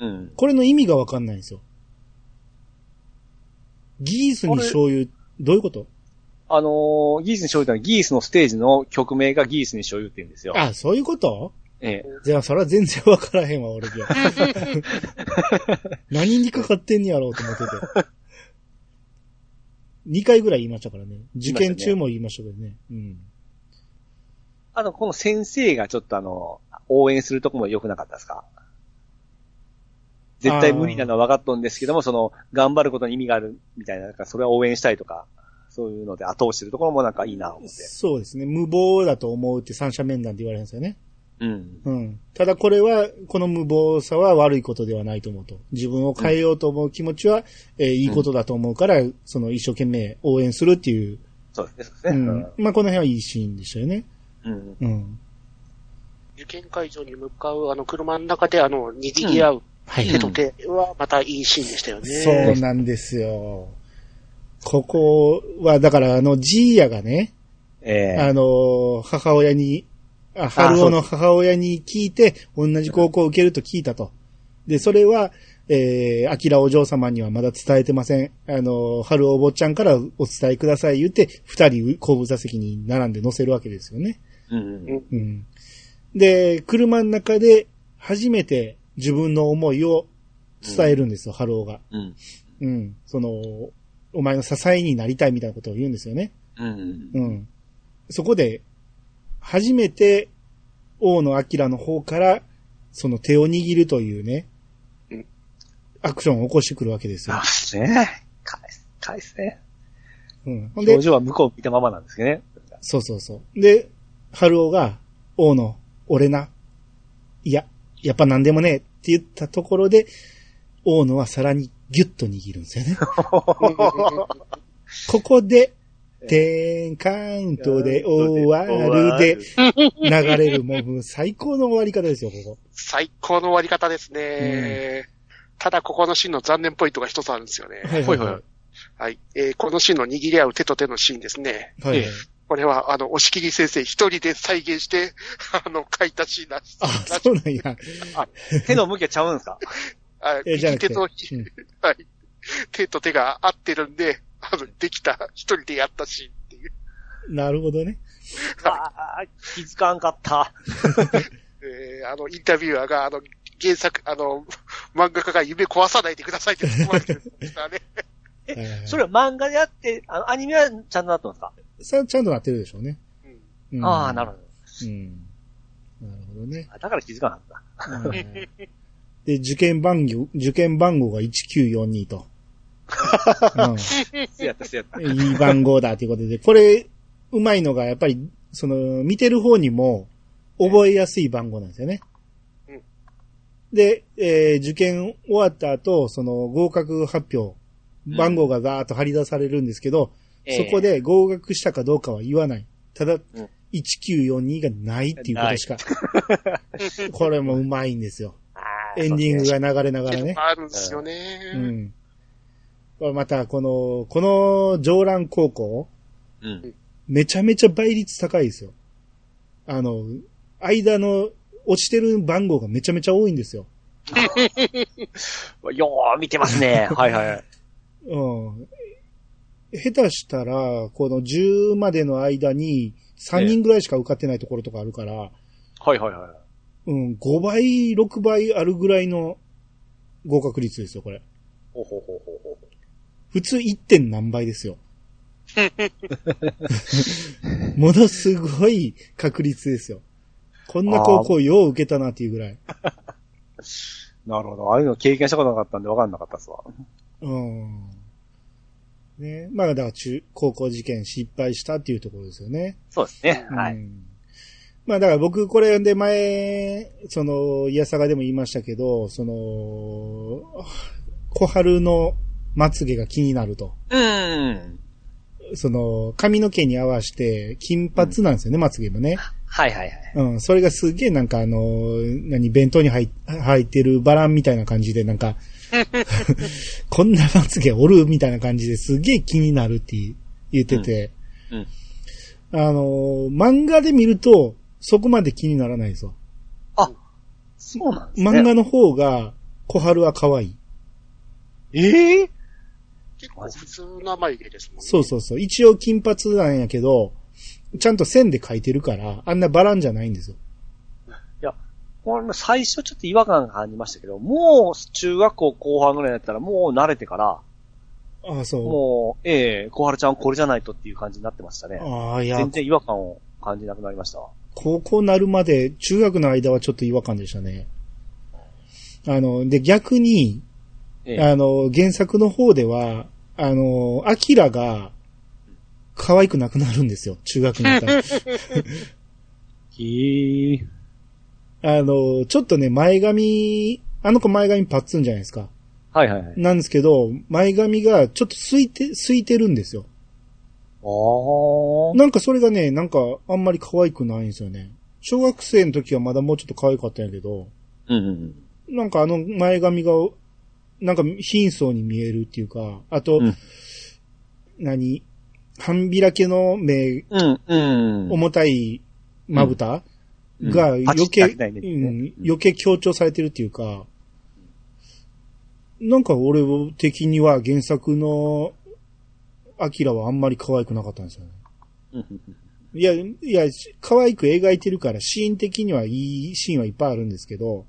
うん。これの意味がわかんないんですよ。ギースに醤油、どういうことあのーギースに醤油ってのはギースのステージの曲名がギースに醤油って言うんですよ。あ、そういうことええ。じゃあ、それは全然わからへんわ、俺 じゃ。何にかかってんやろうと思ってて。2回ぐらい言いましたからね。受験中も言いましたけどね。うん。あと、この先生がちょっとあの、応援するとこも良くなかったですか絶対無理なのは分かっとんですけども、その、頑張ることに意味があるみたいな、なんかそれは応援したいとか、そういうので後押しするところもなんかいいな、思って。そうですね。無謀だと思うって三者面談で言われるんですよね。うん。うん。ただこれは、この無謀さは悪いことではないと思うと。自分を変えようと思う気持ちは、えーいいことだと思うから、その一生懸命応援するっていう。そうですね。そううですねん。まあこの辺はいいシーンでしたよね。うんうん。うん。受験会場に向かうあの車の中であの、握り合うはい。手と手はまたいいシーンでしたよね。そうなんですよ。ここは、だからあの、ジーヤがね、ええあの、母親に、あ、春尾の母親に聞いて、同じ高校を受けると聞いたと。で、それは、えー、アキラお嬢様にはまだ伝えてません。あの、春尾お坊ちゃんからお伝えください言って、二人後部座席に並んで乗せるわけですよね。うんうん。うん。で、車の中で初めて自分の思いを伝えるんですよ、春尾が。うん。うん。その、お前の支えになりたいみたいなことを言うんですよね。うん。うん。そこで、初めて、王の明の方から、その手を握るというねうん、アクションを起こしてくるわけですよあ。、ねえ。返す、返すね。うん。ほんで表、情は向こう見たままなんですけどね。そうそうそう。で、春尾が、王の、俺な、いや、やっぱ何でもねえって言ったところで、王野はさらにギュッと握るんですよね。ここで、転換とで終わるで流れる、もう最高の終わり方ですよ、ここ。 最高の終わり方ですね。ただ、ここのシーンの残念ポイントが一つあるんですよね。はいはいははい。えーこのシーンの握り合う手と手のシーンですね。い。はいええ。これは、あの、押切先生一人で再現して、 あの、書いたシーンらしい。あ、そうなんや。 手の向きはちゃうんですかあえじゃな右くて手と、うんはい。手と手が合ってるんで、あの、できた、一人でやったシーンっていう。なるほどね。ああ、気づかんかった。えーあの、インタビュアーが、あの、原作、あの、 漫画家が夢壊さないでくださいって言われてるんですか らね。えはいはいはいそれは漫画であって、あの、アニメはちゃんとなってますか、さちゃんとなってるでしょうね。うんああ、なるほほど。うん。なるほど ね。ど。だから気づかなかった。はいで、受験番号、受験番号が1942と。そうやった、そうや った。うん、いい番号だということで、これ、うまいのが、やっぱり、その、見てる方にも、覚えやすい番号なんですよねうん。で、えー受験終わった後、その、合格発表、番号がガーッと張り出されるんですけど、そこで合格したかどうかは言わない。ただ、1942がないっていうことしか。 これもうまいんですよ。あー、エンディンそうですねグが流れながらね。あるんですよね。うん。これまた、この、この上蘭高校、うん。めちゃめちゃ倍率高いですよ。あの、間の落ちてる番号がめちゃめちゃ多いんですよ。よー見てます ね。はいはい。うん。下手したら、この10までの間に3人ぐらいしか受かってないところとかあるから、はいはいはい。うん、5倍、6倍あるぐらいの合格率ですよ、これ。ほうほうほうほうほう。普通 1. 点何倍ですよ。ものすごい確率ですよ。こんな高校よう受けたなっていうぐらい。なるほど。ああいうの経験したことなかったんで分かんなかったっすわ。うん。ね。まあ、だから中、高校受験失敗したっていうところですよね。そうですね。はうい。んまあだから僕これで前、その、いやさがでも言いましたけど、その、小春のまつげが気になると。うん。その、髪の毛に合わせて金髪なんですよね、まつげもね。はいはいはい。うん、それがすげえなんかあの、何、弁当に入っ入ってるバランみたいな感じでなん か、こんなまつげおるみたいな感じですげえ気になるって言ってて、うんあのー、漫画で見るとそこまで気にならないですよ。そうなんですね。漫画の方が小春は可愛い。ええ結構普通の眉毛ですもんね。そうそうそう。一応金髪なんやけど、ちゃんと線で描いてるから、あんなバランじゃないんですよ。これ最初ちょっと違和感が感じましたけど、もう中学校後半ぐらいだったらもう慣れてから、ああ、そもう、ええ小春ちゃんこれじゃないとっていう感じになってましたう。ね。ああ、いや全、然違和感を感じなくなりましたわ。高校なるまで、中学の間はちょっと違和感でしたね。あの、で、逆に、ええあの、原作の方では、あの、アキラが、可愛くなくなるんですよ、中学になった ら。へえ。あの、ちょっとね、前髪、あの子前髪パッツンじゃないですか。はいはいはい。あなんですけど、前髪がちょっと空いて、空いてるんですよ。あ。なんかそれがね、なんかあんまり可愛くないんですよね。小学生の時はまだもうちょっと可愛かったんやけど、うんうん。なんかあの前髪が、なんか貧相に見えるっていうか、あと、うん何半開けの目、うんうん。重たいまぶたうんがうん余計、パチッと開けないねうん余計強調されてるっていうか、なんか俺的には原作のアキラはあんまり可愛くなかったんですよね。うんうんうんいや、いや、可愛く描いてるからシーン的にはいいシーンはいっぱいあるんですけど、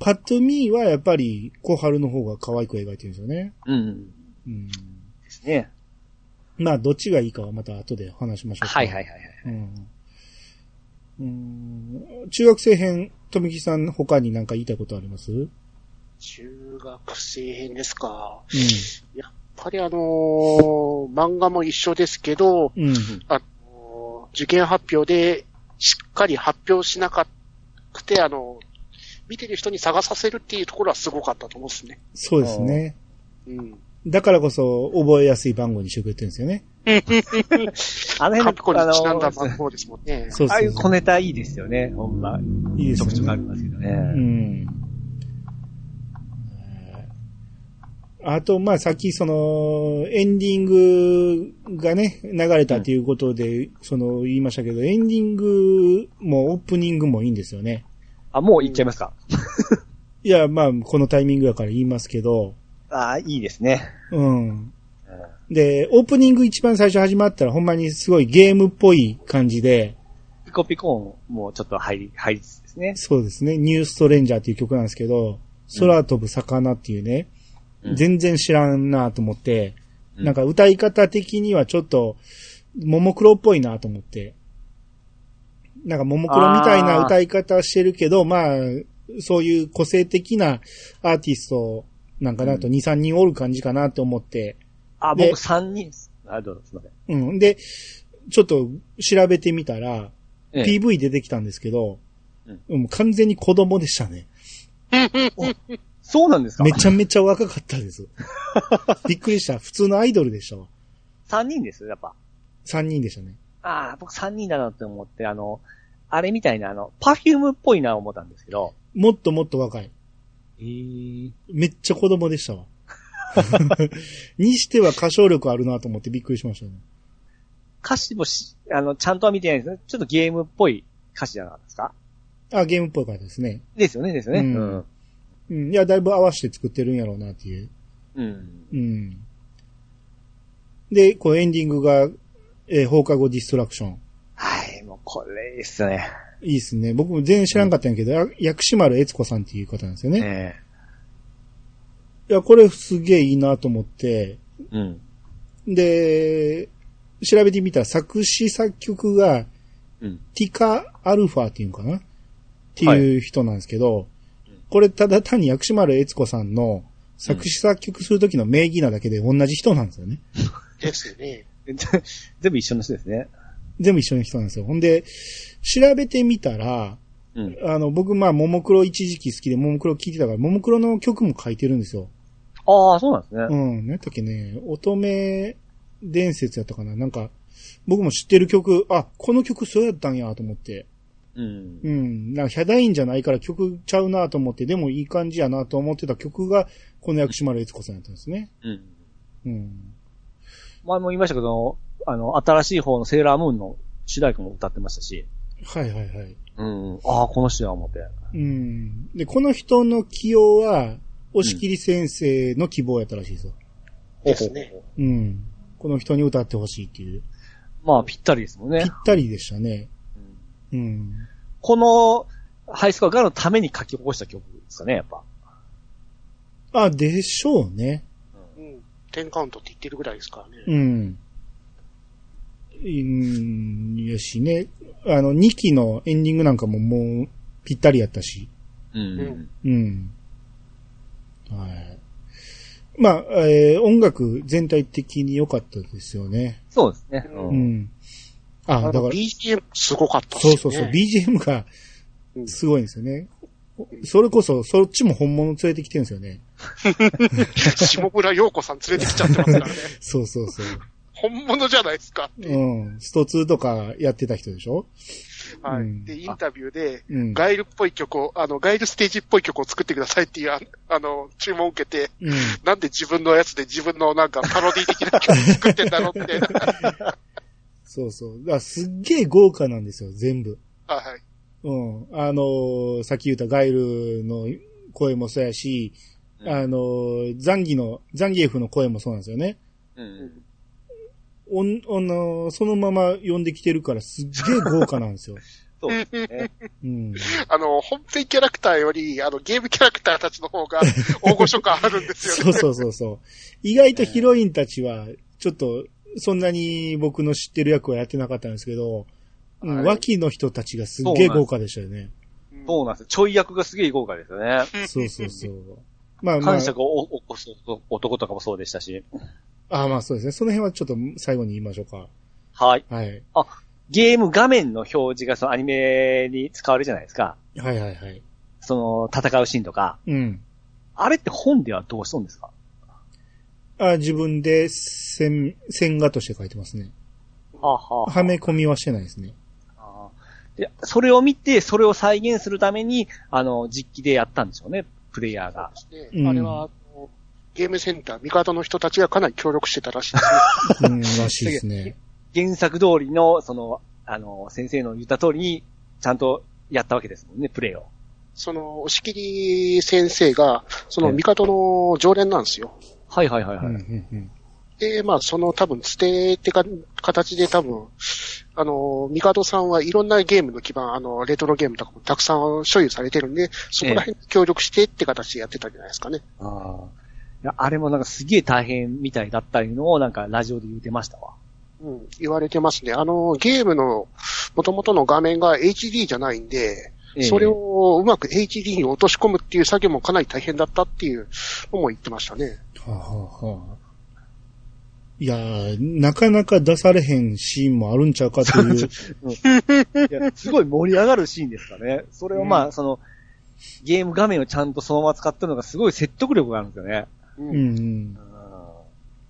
パッと見はやっぱり小春の方が可愛く描いてるんですよね。うんうん。うん、ですね。まあ、どっちがいいかはまた後で話しましょうか。はいはいはいはい。うん。うん中学生編、富木さん他に何か言いたいことありますうん。中学生編ですか。やっぱりあのー漫画も一緒ですけど、うん。あのー受験発表でしっかり発表しなかくて、あの見てる人に探させるっていうところはすごかったと思うんですね。そうですね。 うん。だからこそ覚えやすい番号にしてくれてるんですよね。あのカプコンあにのちなんだ番号ですもんね。そうあそあいううそ小う。ネタいいですよね、ほんま。いいでちょくすちょくあよりね。ますけどね。うん。あと、まあ、さっき、その、エンディングがね、流れたということで、その、言いましたけど、エンディングもオープニングもいいんですよね。あ、もう行っちゃいますか。いや、まあ、このタイミングやから言いますけど、ああ、いいですね。うん。で、オープニング一番最初始まったら、ほんまにすごいゲームっぽい感じで、ピコピコンもちょっと入り、入りつつですね。そうですね、ニューストレンジャーっていう曲なんですけど、空飛ぶ魚っていうね、うん全然知らんなと思って、うんなんか歌い方的にはちょっと、ももクロっぽいなと思って。なんかももクロみたいな歌い方してるけど、まあ、そういう個性的なアーティストなんかなと、う2、3人おる感じかなと思って、あ、で僕3人です。あ、どうぞ、すいません。うん。で、ちょっと調べてみたら、ええ PV 出てきたんですけど、うんうん、完全に子供でしたね。そうなんですかめちゃめちゃ若かったです。びっくりした。普通のアイドルでしたわ。 ?3 人ですよ、やっぱ。 3人でしたね。ああ、僕3人だなって思って、あの、あれみたいな、あの、パフュームっぽいな思ったんですけど。もっともっと若い。えー、めっちゃ子供でしたわ。 にしては歌唱力あるなと思ってびっくりしましたね。歌詞もし、あの、ちゃんとは見てないんですけど、ちょっとゲームっぽい歌詞じゃないですかあ、ゲームっぽいからですね。ですよね、ですよね。ううんん。うん。いや、だいぶ合わせて作ってるんやろうなっていう。うん。うん。で、こうエンディングが、えー放課後ディストラクション。はい、もうこれですね。いいですね。僕も全然知らんかったんやけど、や薬師丸悦子さんっていう方なんですよね。えいや、これすげえいいなと思って、えうん。で、調べてみたら作詞作曲が うん。ティカ・アルファっていうのかなっていう人なんですけど、これただ単に薬師丸悦子さんの作詞作曲するときの名義なだけで同じ人なんですよね。ですね。全部一緒の人ですね。全部一緒の人なんですよ。ほんで、調べてみたら、うん。あの、僕、まあ、ももクロ一時期好きで、ももクロ聴いてたから、ももクロの曲も書いてるんですよ。ああ、そうなんですね。うん、なんだっけね、乙女伝説やったかななんか、僕も知ってる曲、あ、この曲そうやったんやと思って。うん。うん、なんかヒャダインじゃないから曲ちゃうなと思って、でもいい感じやなと思ってた曲が、この薬師丸悦子さんやったんですね。うん。うん。前も言いましたけど、あの、新しい方のセーラームーンの主題歌も歌ってましたし。はいはいはい。うん。ああ、この人や思って。うん。で、この人の起用は、押切先生の希望やったらしいですよ。ですね。うん。この人に歌ってほしいっていう。まあ、ぴったりですもんぴねっ。たりでしたね。うんうん。この、ハイスコアガールのために書き起こした曲ですかね、やっぱ。あ、でしょうね。うん。10カウントって言ってるぐらいですからね。うん。うん、よしね。あの、2期のエンディングなんかももうぴったりやったし。うん。うん。はい。まあ、えー音楽全体的に良かったですよね。そうですね。ううんうんん。あ、だあかの、ら、 BGM すごかったですそうよね。そうそう、BGM がうんすごいんですよね。それこそ、そっちも本物連れてきてるんですよね。 下村陽子さん連れてきちゃってま すからね。そうそうそう。本物じゃないですか。うん。スト2とかやってた人でしょはうんい。で、インタビューで、うん。ガイルっぽい曲を、あの、ガイルステージっぽい曲を作ってくださいっていう、ああの、注文を受けて、うん。なんで自分のやつで自分のなんかパロディ的な曲作ってんだろう みたいな。そうそう。だからすっげえ豪華なんですよ、全部。はい。うん。あのーさっき言ったガイルの声もそうやし、うんあのーザンギの、ザンギエフの声もそうなんですよね。うん。おん、おんあのーそのまま呼んできてるからすっげえ豪華なん ですよ。そうですね。うん。あの、本編キャラクターより、あの、ゲームキャラクターたちの方が大御所感あるんですよね。そうそうそうそう。意外とヒロインたちは、ちょっと、そんなに僕の知ってる役はやってなかったんですけど、うんはい脇の人たちがすっげえ豪華でしたよね。うんそうなんですよ。ちょい役がすげえ豪華ですよね。そうそうそう。まあまあ感、触を起こす男とかもそうでしたし。ああまあそうですね。その辺はちょっと最後に言いましょうか。はい。はい。ゲーム画面の表示がそのアニメに使われるじゃないですか。はいはいはい。その戦うシーンとか。うん。あれって本ではどうしとんですかあ自分で線、線画として書いてますね。はあ、はあはめ込みはしてないですね。あーで、それを見て、それを再現するために、あの、実機でやったんでしょうね、プレイヤーが。そうですうんね。あれは、あのゲームセンター、味方の人たちがかなり協力して たらしいですね。うん、らしいです ね。原作通りの、その、あの、先生の言った通りに、ちゃんとやったわけですもんね、プレイを。その、押切先生が、その味方の常連なんですよ。はいはいはいうん、うん、うん。で、まあ、その多分、捨てってか、形で多分、あの、ミカドさんはいろんなゲームの基盤、あの、レトロゲームとかもたくさん所有されてるんで、そこら辺に協力してって形でやってたんじゃないですかね。ああ。いや、あれもなんかすげえ大変みたいだったいうのを、なんかラジオで言ってましたわ。うん、言われてますね。あの、ゲームの元々の画面が HD じゃないんで、ええそれ。をうまく HD に落とし込むっていう作業もかなり大変だったっていうのも言ってましたね。はあ、はあ、はあ。いやー、なかなか出されへんシーンもあるんちゃうかという。 いやすごい盛り上がるシーンですかね。それをまあ、その、ゲーム画面をちゃんとそのまま使ってるのがすごい説得力があるんですよね。うんうん、うん。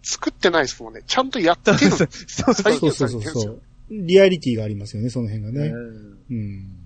作ってないですもんね。ちゃんとやってるんですそうそうそうそうそうそう。リアリティがありますよね、その辺がね。うんうん。